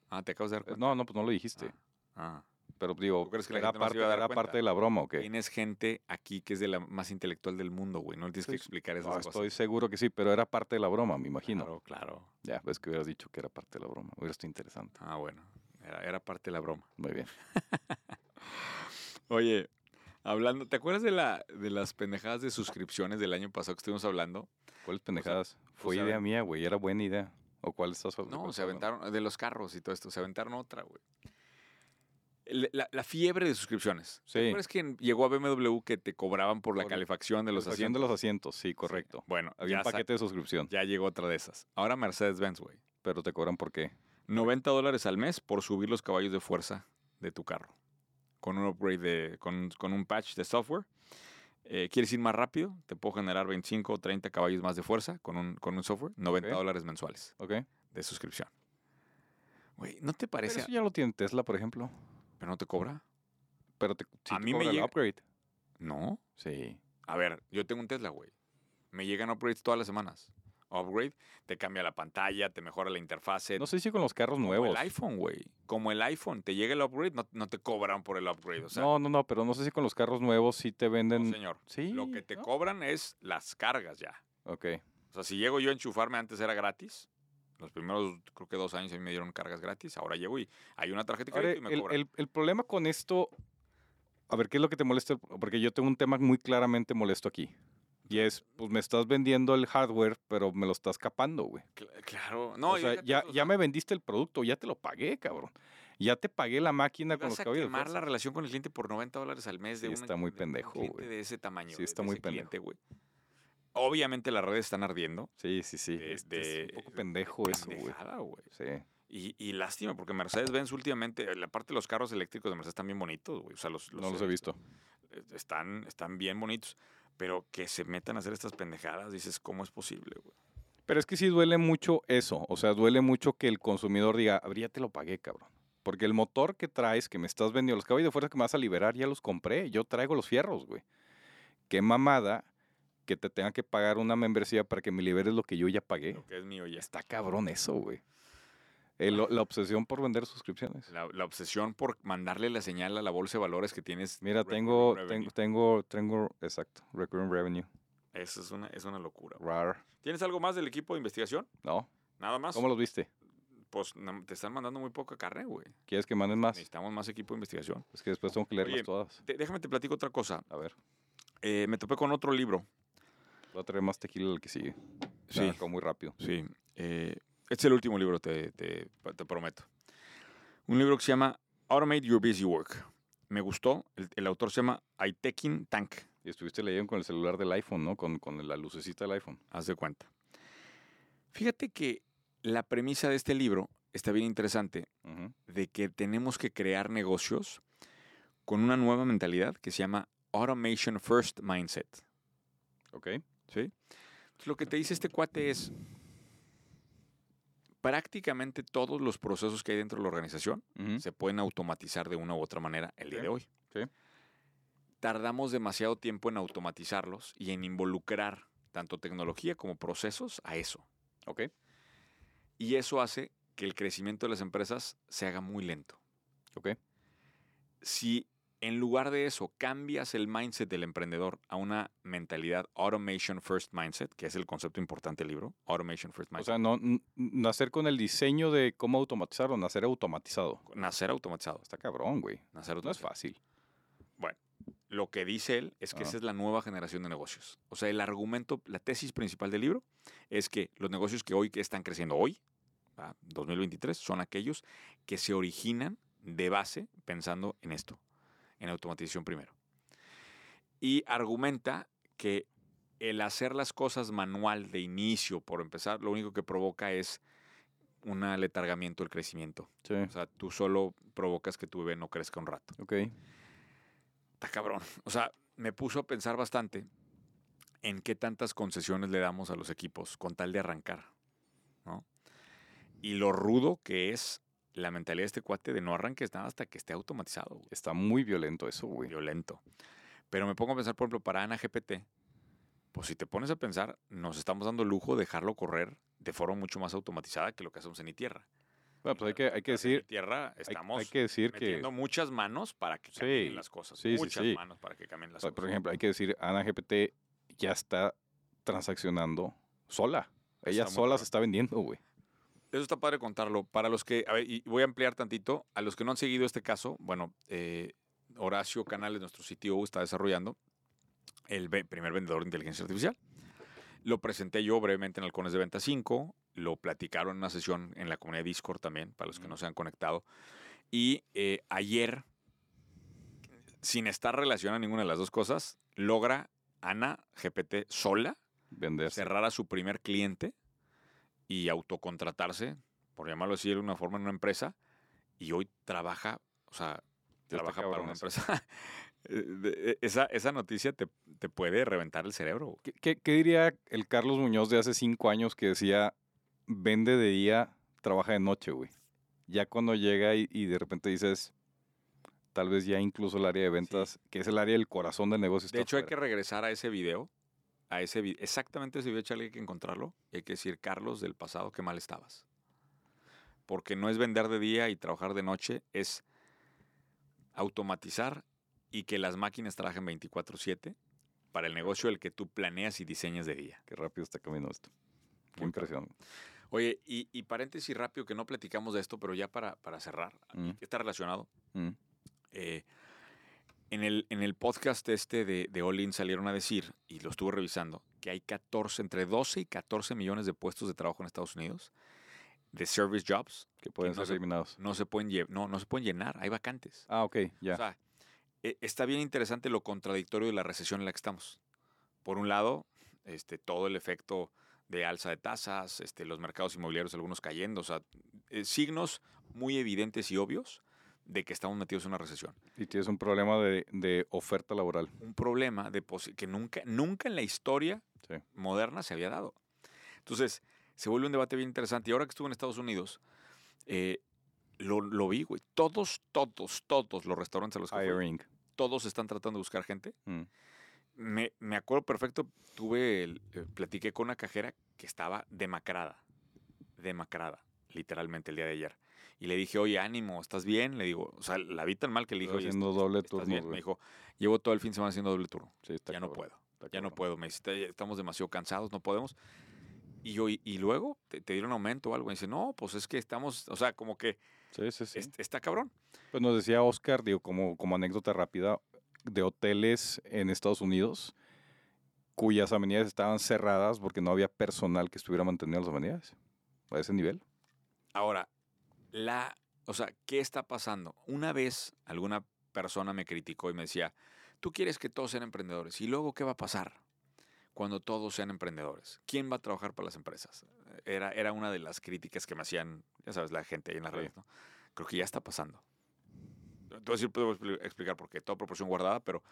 A: Ah, te acabas de dar
B: Eh,
A: cuenta.
B: No, no, pues no lo dijiste.
A: Ah.
B: Pero digo,
A: ¿Tú crees que la
B: era,
A: gente no se
B: parte,
A: iba a dar
B: era
A: cuenta?
B: parte de la broma, ¿o qué?
A: Tienes gente aquí que es de la más intelectual del mundo, güey. No le tienes que
B: Sí,
A: explicar
B: No,
A: esas cosas.
B: estoy seguro que sí, pero era parte de la broma, me imagino.
A: Claro, claro.
B: Ya, ves que hubieras dicho que era parte de la broma. Hubiera estado interesante.
A: Ah, bueno. Era, era parte de la broma.
B: Muy bien.
A: Oye, hablando, ¿te acuerdas de, la, de las pendejadas de suscripciones del año pasado que estuvimos hablando?
B: ¿Cuáles pendejadas? Fue
A: sea,
B: idea mía, güey. Era buena idea. ¿O cuál estás de
A: No,
B: cuál
A: se
B: estás hablando?
A: aventaron, de los carros y todo esto, se aventaron otra, güey. El- La, la fiebre de suscripciones.
B: Sí.
A: ¿Te acuerdas que llegó a BMW que te cobraban por la
B: Por la
A: calefacción de los
B: Calefacción
A: asientos?
B: de los asientos, sí, correcto.
A: Bueno,
B: Había
A: ya,
B: un
A: sa-
B: paquete de suscripción,
A: ya llegó otra de esas. Ahora Mercedes-Benz, güey.
B: pero te cobran por qué.
A: 90 dólares al mes por subir los caballos de fuerza de tu carro. Con un upgrade, de, con, con un patch de software. Eh, ¿Quieres ir más rápido? Te puedo generar 25 o 30 caballos más de fuerza con un, con un software. 90
B: Ok.
A: dólares mensuales
B: ¿Ok? Pero
A: de suscripción. Güey, ¿no te parece?
B: eso ya lo tiene Tesla, por ejemplo.
A: ¿Pero no te cobra?
B: Pero te, sí
A: A
B: te
A: mí me
B: cobra el
A: llega-
B: upgrade.
A: No.
B: Sí.
A: A ver, yo tengo un Tesla, güey. Me llegan upgrades todas las semanas. Upgrade te cambia la pantalla, te mejora la interfase.
B: No sé si con los carros
A: Eh, como
B: nuevos.
A: el iPhone, güey. Como el iPhone, te llega el upgrade, no, no te cobran por el upgrade. O sea,
B: no, no, no, pero no sé si con los carros nuevos sí te
A: no,
B: venden.
A: señor.
B: sí.
A: Lo que te
B: ¿no?
A: cobran es las cargas ya.
B: Ok.
A: O sea, si llego yo a enchufarme, antes era gratis. Los primeros, creo que dos años a mí me dieron cargas gratis. Ahora llego y hay una tarjeta de
B: Ahora,
A: crédito y me
B: el,
A: cobran.
B: el- el problema con esto, a ver, ¿qué es lo que te molesta? Porque yo tengo un tema muy claramente molesto aquí. Y es, pues me estás vendiendo el hardware, pero me lo estás capando, güey.
A: Cl- claro. No,
B: o
A: y
B: sea,
A: déjate
B: ya,
A: eso, o
B: ya
A: sea,
B: me vendiste el producto, ya te lo pagué, cabrón. Ya te pagué la máquina con
A: Vas
B: los
A: a
B: caballos. de
A: quemar
B: fuerza.
A: la relación con el cliente por 90 dólares al mes de,
B: pues. Sí,
A: una-
B: está muy
A: de un
B: pendejo,
A: cliente
B: güey.
A: de ese tamaño.
B: Sí,
A: de- de
B: está muy
A: ese
B: pendejo.
A: cliente, güey. Obviamente las redes están ardiendo.
B: Sí, sí, sí.
A: de-
B: este, es
A: de-
B: un poco pendejo eso, güey.
A: Pendejada, güey.
B: Sí.
A: Y, y lástima, porque Mercedes-Benz últimamente, la parte de los carros eléctricos de Mercedes están bien bonitos, güey. O sea, los,
B: No los he visto.
A: eh, Están, están bien bonitos. Pero que se metan a hacer estas pendejadas, dices, ¿cómo es posible, güey?
B: Pero es que sí duele mucho eso. O sea, duele mucho que el consumidor diga, "Ah, ya te lo pagué, cabrón. Porque el motor que traes, que me estás vendiendo, los caballos de fuerza que me vas a liberar, ya los compré. Yo traigo los fierros, güey. Qué mamada que te tenga que pagar una membresía para que me liberes lo que yo ya pagué.
A: Lo que es mío ya está.
B: Está cabrón eso, güey. El- lo- la obsesión por vender suscripciones.
A: La, la obsesión por mandarle la señal a la bolsa de valores que tienes.
B: Mira,
A: recurring
B: tengo,
A: revenue.
B: tengo, tengo, tengo, exacto, recurring revenue.
A: Eso es una, es una locura. güey.
B: RAR.
A: ¿Tienes algo más del equipo de investigación?
B: ¿No?
A: Nada más.
B: ¿Cómo los viste?
A: Pues no, te están mandando muy poca carne, güey.
B: ¿Quieres que manden más?
A: Necesitamos más equipo de investigación.
B: Es que después tengo que leerlas
A: Oye.
B: todas.
A: Te- déjame te platico otra cosa.
B: A ver,
A: Eh, me topé con otro libro.
B: voy a traer más tequila al que sigue.
A: Sí.
B: Sí. muy rápido.
A: Sí. eh, este es el último libro, te, te- te prometo. Un libro que se llama Automate Your Busy Work. Me gustó. El, el autor se llama Aitekin Tank.
B: Y estuviste leyendo con el celular del iPhone, ¿no? Con, con la lucecita del iPhone.
A: Haz de cuenta. Fíjate que la premisa de este libro está bien interesante,
B: Ujú.
A: de que tenemos que crear negocios con una nueva mentalidad que se llama Automation First Mindset.
B: Ok.
A: ¿Sí? Entonces, lo que te dice este cuate es, prácticamente todos los procesos que hay dentro de la organización
B: Ujú.
A: se pueden automatizar de una u otra manera el día
B: Sí,
A: de hoy.
B: sí.
A: Tardamos demasiado tiempo en automatizarlos y en involucrar tanto tecnología como procesos a eso.
B: Ok.
A: Y eso hace que el crecimiento de las empresas se haga muy lento.
B: Ok.
A: Si en lugar de eso cambias el mindset del emprendedor a una mentalidad automation first mindset, que es el concepto importante del libro, automation first
B: O
A: mindset,
B: sea, no, n- nacer con el diseño de cómo automatizar o nacer automatizado.
A: nacer automatizado.
B: Está cabrón, güey.
A: Nacer
B: No es
A: automatizado.
B: fácil.
A: Lo que dice él es que
B: Ajá.
A: esa es la nueva generación de negocios. O sea, el argumento, la tesis principal del libro es que los negocios que hoy que están creciendo hoy, ¿va? 2023, son aquellos que se originan de base pensando en esto, en automatización primero. Y argumenta que el hacer las cosas manual de inicio, por empezar, lo único que provoca es un aletargamiento del crecimiento.
B: Sí.
A: O sea, tú solo provocas que tu bebé no crezca un rato
B: Ok.
A: está cabrón. O sea, me puso a pensar bastante en qué tantas concesiones le damos a los equipos con tal de arrancar, ¿no? Y lo rudo que es la mentalidad de este cuate de no arranques nada hasta que esté automatizado, güey.
B: Está muy violento eso, güey.
A: violento. Pero me pongo a pensar, por ejemplo, para Ana GPT, pues si te pones a pensar, nos estamos dando el lujo de dejarlo correr de forma mucho más automatizada que lo que hacemos en tierra.
B: Bueno, pues hay que, hay que decir...
A: tierra
B: Hay,
A: estamos
B: hay que decir que...
A: metiendo muchas manos para que
B: Sí,
A: cambien las cosas,
B: sí, sí,
A: muchas
B: sí.
A: manos para que cambien las
B: O sea,
A: cosas.
B: por ejemplo, hay que decir, Ana GPT ya está transaccionando sola. Ella
A: Está muy
B: sola
A: cabrón.
B: se está vendiendo, güey.
A: Eso está padre contarlo. Para los que, a ver, y voy a ampliar tantito, a los que no han seguido este caso, bueno, eh, Horacio Canales, nuestro CTO, está desarrollando el ve- primer vendedor de inteligencia artificial. Lo presenté yo brevemente en Halcones de Venta 5, lo platicaron en una sesión en la comunidad Discord también, para los que no se han conectado. Y eh, ayer, sin estar relacionada a ninguna de las dos cosas, logra Ana GPT sola
B: Venderse.
A: cerrar a su primer cliente y autocontratarse, por llamarlo así de una forma, en una empresa, y hoy trabaja, o sea,
B: Está
A: trabaja para
B: cabrón
A: una
B: eso.
A: empresa. Eh, de- esa, esa noticia te, te puede reventar el cerebro.
B: ¿Qué, qué- qué diría el Carlos Muñoz de hace cinco años que decía, vende de día, trabaja de noche, güey? Ya cuando llega y, y de repente dices, tal vez ya incluso el área de ventas, que es el área del corazón del negocio.
A: De hecho, hay que regresar a ese video, a ese vi- exactamente ese video, Charlie, hay que encontrarlo, y hay que decir, Carlos, del pasado, qué mal estabas. Porque no es vender de día y trabajar de noche, es automatizar y que las máquinas trabajen 24/7 para el negocio del que tú planeas y diseñas de día.
B: Qué rápido está caminando esto. Qué
A: Muy
B: impresión.
A: Oye, y, y paréntesis rápido, que no platicamos de esto, pero ya para, para cerrar,
B: Mm,
A: está relacionado.
B: mm.
A: Eh, en, el, en el podcast este de, de Olin salieron a decir, y lo estuve revisando, que hay 14, entre 12 y 14 millones de puestos de trabajo en Estados Unidos de service jobs.
B: Que pueden
A: no
B: ser
A: se-
B: eliminados.
A: No se pueden, lle- no, no se pueden llenar, hay vacantes.
B: Ah, ok, ya.
A: O sea, e- está bien interesante lo contradictorio de la recesión en la que estamos. Por un lado, este, todo el efecto de alza de tasas, este, los mercados inmobiliarios algunos cayendo, o sea, eh, signos muy evidentes y obvios de que estamos metidos en una recesión.
B: Y tienes un problema de, de oferta laboral.
A: Un problema de posi- que nunca, nunca en la historia
B: Sí.
A: moderna se había dado. Entonces, se vuelve un debate bien interesante. Y ahora que estuve en Estados Unidos, eh, lo, lo vi, güey. Todos, todos, todos los restaurantes a los que fui,
B: Hiring.
A: todos están tratando de buscar gente.
B: Mm.
A: Me, me acuerdo perfecto, tuve, el- eh, platiqué con una cajera que estaba demacrada, demacrada, literalmente el día de ayer. Y le dije, oye, ánimo, ¿estás bien? Le digo, o sea, la vi tan mal que le dije,
B: Estás
A: oye,
B: haciendo doble
A: ¿estás
B: turno.
A: bien? Me
B: güey.
A: dijo, llevo todo el fin de semana haciendo doble turno,
B: Sí, está
A: ya no
B: cabrón,
A: puedo.
B: está
A: Ya no
B: cabrón.
A: puedo, me dice, "Está- estamos demasiado cansados, no podemos. Y yo, y, y luego te, te dieron aumento o algo. Y dice, no, pues es que estamos, o sea, como que
B: Sí, sí, sí.
A: est- está cabrón.
B: Pues nos decía Oscar, digo, como, como anécdota rápida, de hoteles en Estados Unidos cuyas avenidas estaban cerradas porque no había personal que estuviera manteniendo las avenidas. A ese nivel.
A: Ahora, la, o sea, ¿qué está pasando? Una vez alguna persona me criticó y me decía, tú quieres que todos sean emprendedores. ¿Y luego qué va a pasar cuando todos sean emprendedores? ¿Quién va a trabajar para las empresas? Era, era una de las críticas que me hacían, ya sabes, la gente ahí en las
B: Sí.
A: redes, ¿no? Creo que ya está pasando. Entonces, puedo expli- explicar por qué, toda proporción guardada, pero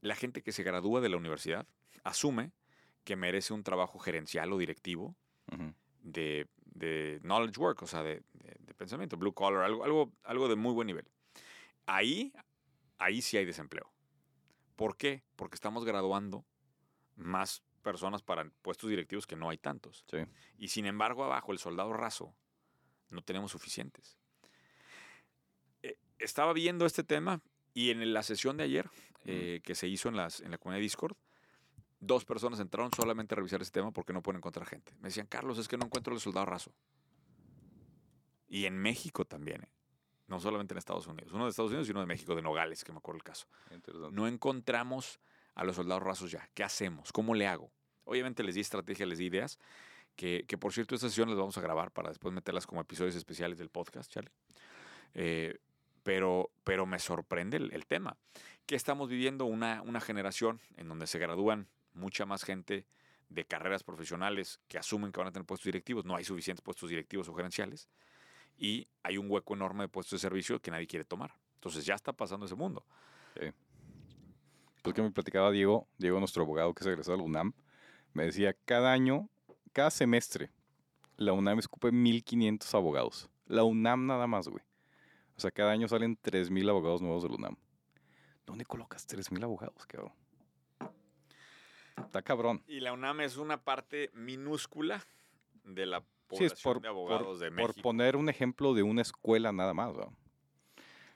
A: la gente que se gradúa de la universidad asume que merece un trabajo gerencial o directivo
B: Ujú.
A: de, de knowledge work, o sea, de, de- de pensamiento, blue collar, algo, algo, algo de muy buen nivel. Ahí, ahí sí hay desempleo. ¿Por qué? Porque estamos graduando más personas para puestos directivos que no hay tantos.
B: Sí.
A: Y sin embargo, abajo, el soldado raso, no tenemos suficientes. Eh, estaba viendo este tema y en la sesión de ayer eh, que se hizo en, las, en la comunidad de Discord, dos personas entraron solamente a revisar este tema porque no pueden encontrar gente. Me decían, Carlos, es que no encuentro el soldado raso. Y en México también, ¿eh? no solamente en Estados Unidos. Uno de Estados Unidos y uno de México, de Nogales, que me acuerdo el caso
B: Interesante.
A: no encontramos a los soldados rasos ya. ¿Qué hacemos? ¿Cómo le hago? Obviamente les di estrategia, les di ideas, que, que por cierto, esta sesión las vamos a grabar para después meterlas como episodios especiales del podcast, Charlie. Eh, pero, pero me sorprende el, el tema. Que estamos viviendo una, una generación en donde se gradúan mucha más gente de carreras profesionales que asumen que van a tener puestos directivos. No hay suficientes puestos directivos o gerenciales. Y hay un hueco enorme de puestos de servicio que nadie quiere tomar. Entonces ya está pasando ese mundo.
B: Pues que me platicaba Diego, Diego, nuestro abogado que se egresó de la UNAM, me decía, cada año, cada semestre, la UNAM escupe 1.500 abogados. La UNAM nada más, güey. O sea, cada año salen 3.000 abogados nuevos de la UNAM. ¿Dónde colocas 3.000 abogados, cabrón? Está cabrón.
A: Y la UNAM es una parte minúscula de la
B: Sí,
A: población
B: es por,
A: de abogados
B: por-
A: de
B: por
A: México.
B: poner un ejemplo de una escuela nada más, güey.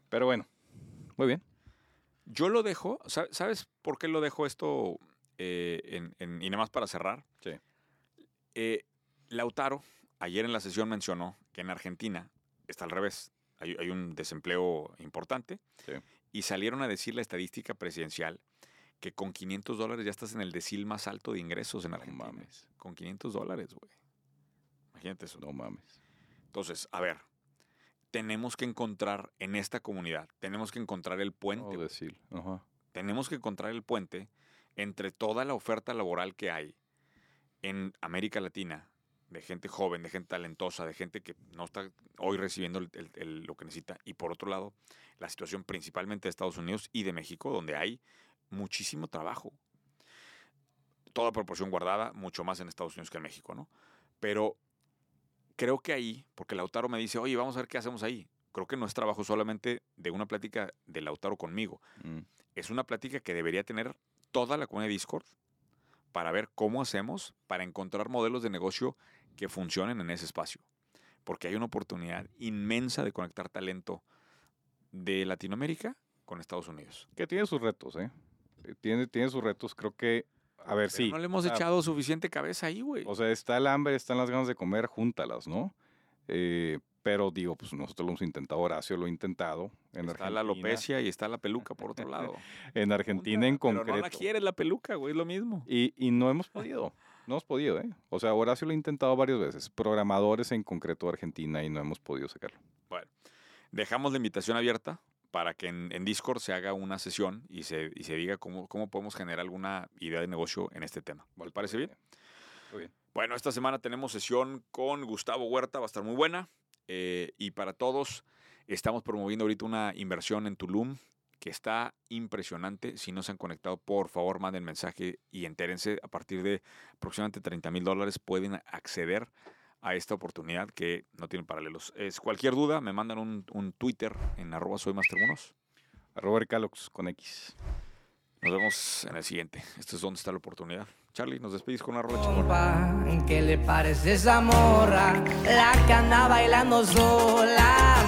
B: Pero bueno, muy bien.
A: Yo lo dejo, sa- ¿sabes por qué lo dejo esto? eh, en- en- y nada más para cerrar.
B: Sí.
A: Eh, Lautaro, ayer en la sesión mencionó que en Argentina está al revés. Hay, hay un desempleo importante.
B: Sí.
A: Y salieron a decir la estadística presidencial que con 500 dólares ya estás en el decil más alto de ingresos en
B: No
A: Argentina.
B: mames.
A: Con 500 dólares, güey. Imagínate eso.
B: No mames.
A: Entonces, a ver, tenemos que encontrar en esta comunidad, tenemos que encontrar el puente,
B: No
A: güey.
B: decir. Ajá.
A: tenemos que encontrar el puente entre toda la oferta laboral que hay en América Latina, de gente joven, de gente talentosa, de gente que no está hoy recibiendo el- el- el- lo que necesita, y por otro lado, la situación principalmente de Estados Unidos y de México, donde hay muchísimo trabajo. Toda proporción guardada, mucho más en Estados Unidos que en México, ¿no? Pero creo que ahí, porque Lautaro me dice, oye, vamos a ver qué hacemos ahí. Creo que no es trabajo solamente de una plática de Lautaro conmigo
B: Mm.
A: es una plática que debería tener toda la comunidad de Discord para ver cómo hacemos para encontrar modelos de negocio que funcionen en ese espacio. Porque hay una oportunidad inmensa de conectar talento de Latinoamérica con Estados Unidos.
B: Que tiene sus retos, ¿eh? Tiene, tiene sus retos, creo que. A ver,
A: Pero
B: sí.
A: no le hemos
B: o sea,
A: echado suficiente cabeza ahí, güey.
B: O sea, está el hambre, están las ganas de comer, júntalas, ¿no? Eh, pero digo, pues nosotros lo hemos intentado, Horacio lo ha intentado. En
A: está
B: Argentina,
A: la alopecia y está la peluca por otro lado.
B: En Argentina en
A: Pero
B: concreto.
A: no la quieres la peluca, güey, es lo mismo.
B: Y, y no hemos podido. No hemos podido, ¿eh? O sea, Horacio lo ha intentado varias veces. Programadores en concreto de Argentina y no hemos podido sacarlo.
A: Dejamos la invitación abierta para que en, en Discord se haga una sesión y se, y se diga cómo, cómo podemos generar alguna idea de negocio en este tema. ¿Le parece bien?
B: Muy bien.
A: Bueno, esta semana tenemos sesión con Gustavo Huerta, va a estar muy buena. Eh, y para todos, estamos promoviendo ahorita una inversión en Tulum que está impresionante. Si no se han conectado, por favor, manden mensaje y entérense. A partir de aproximadamente 30 mil dólares pueden acceder a esta oportunidad que no tiene paralelos. Es cualquier duda, me mandan un, un Twitter en arroba soy Nos
B: Robert Calox con X.
A: vemos en el siguiente. Esto es donde está la oportunidad. Charlie, nos despedís con una rola chingona.
C: Compa, ¿Qué le parece esa morra? La que anda bailando sola.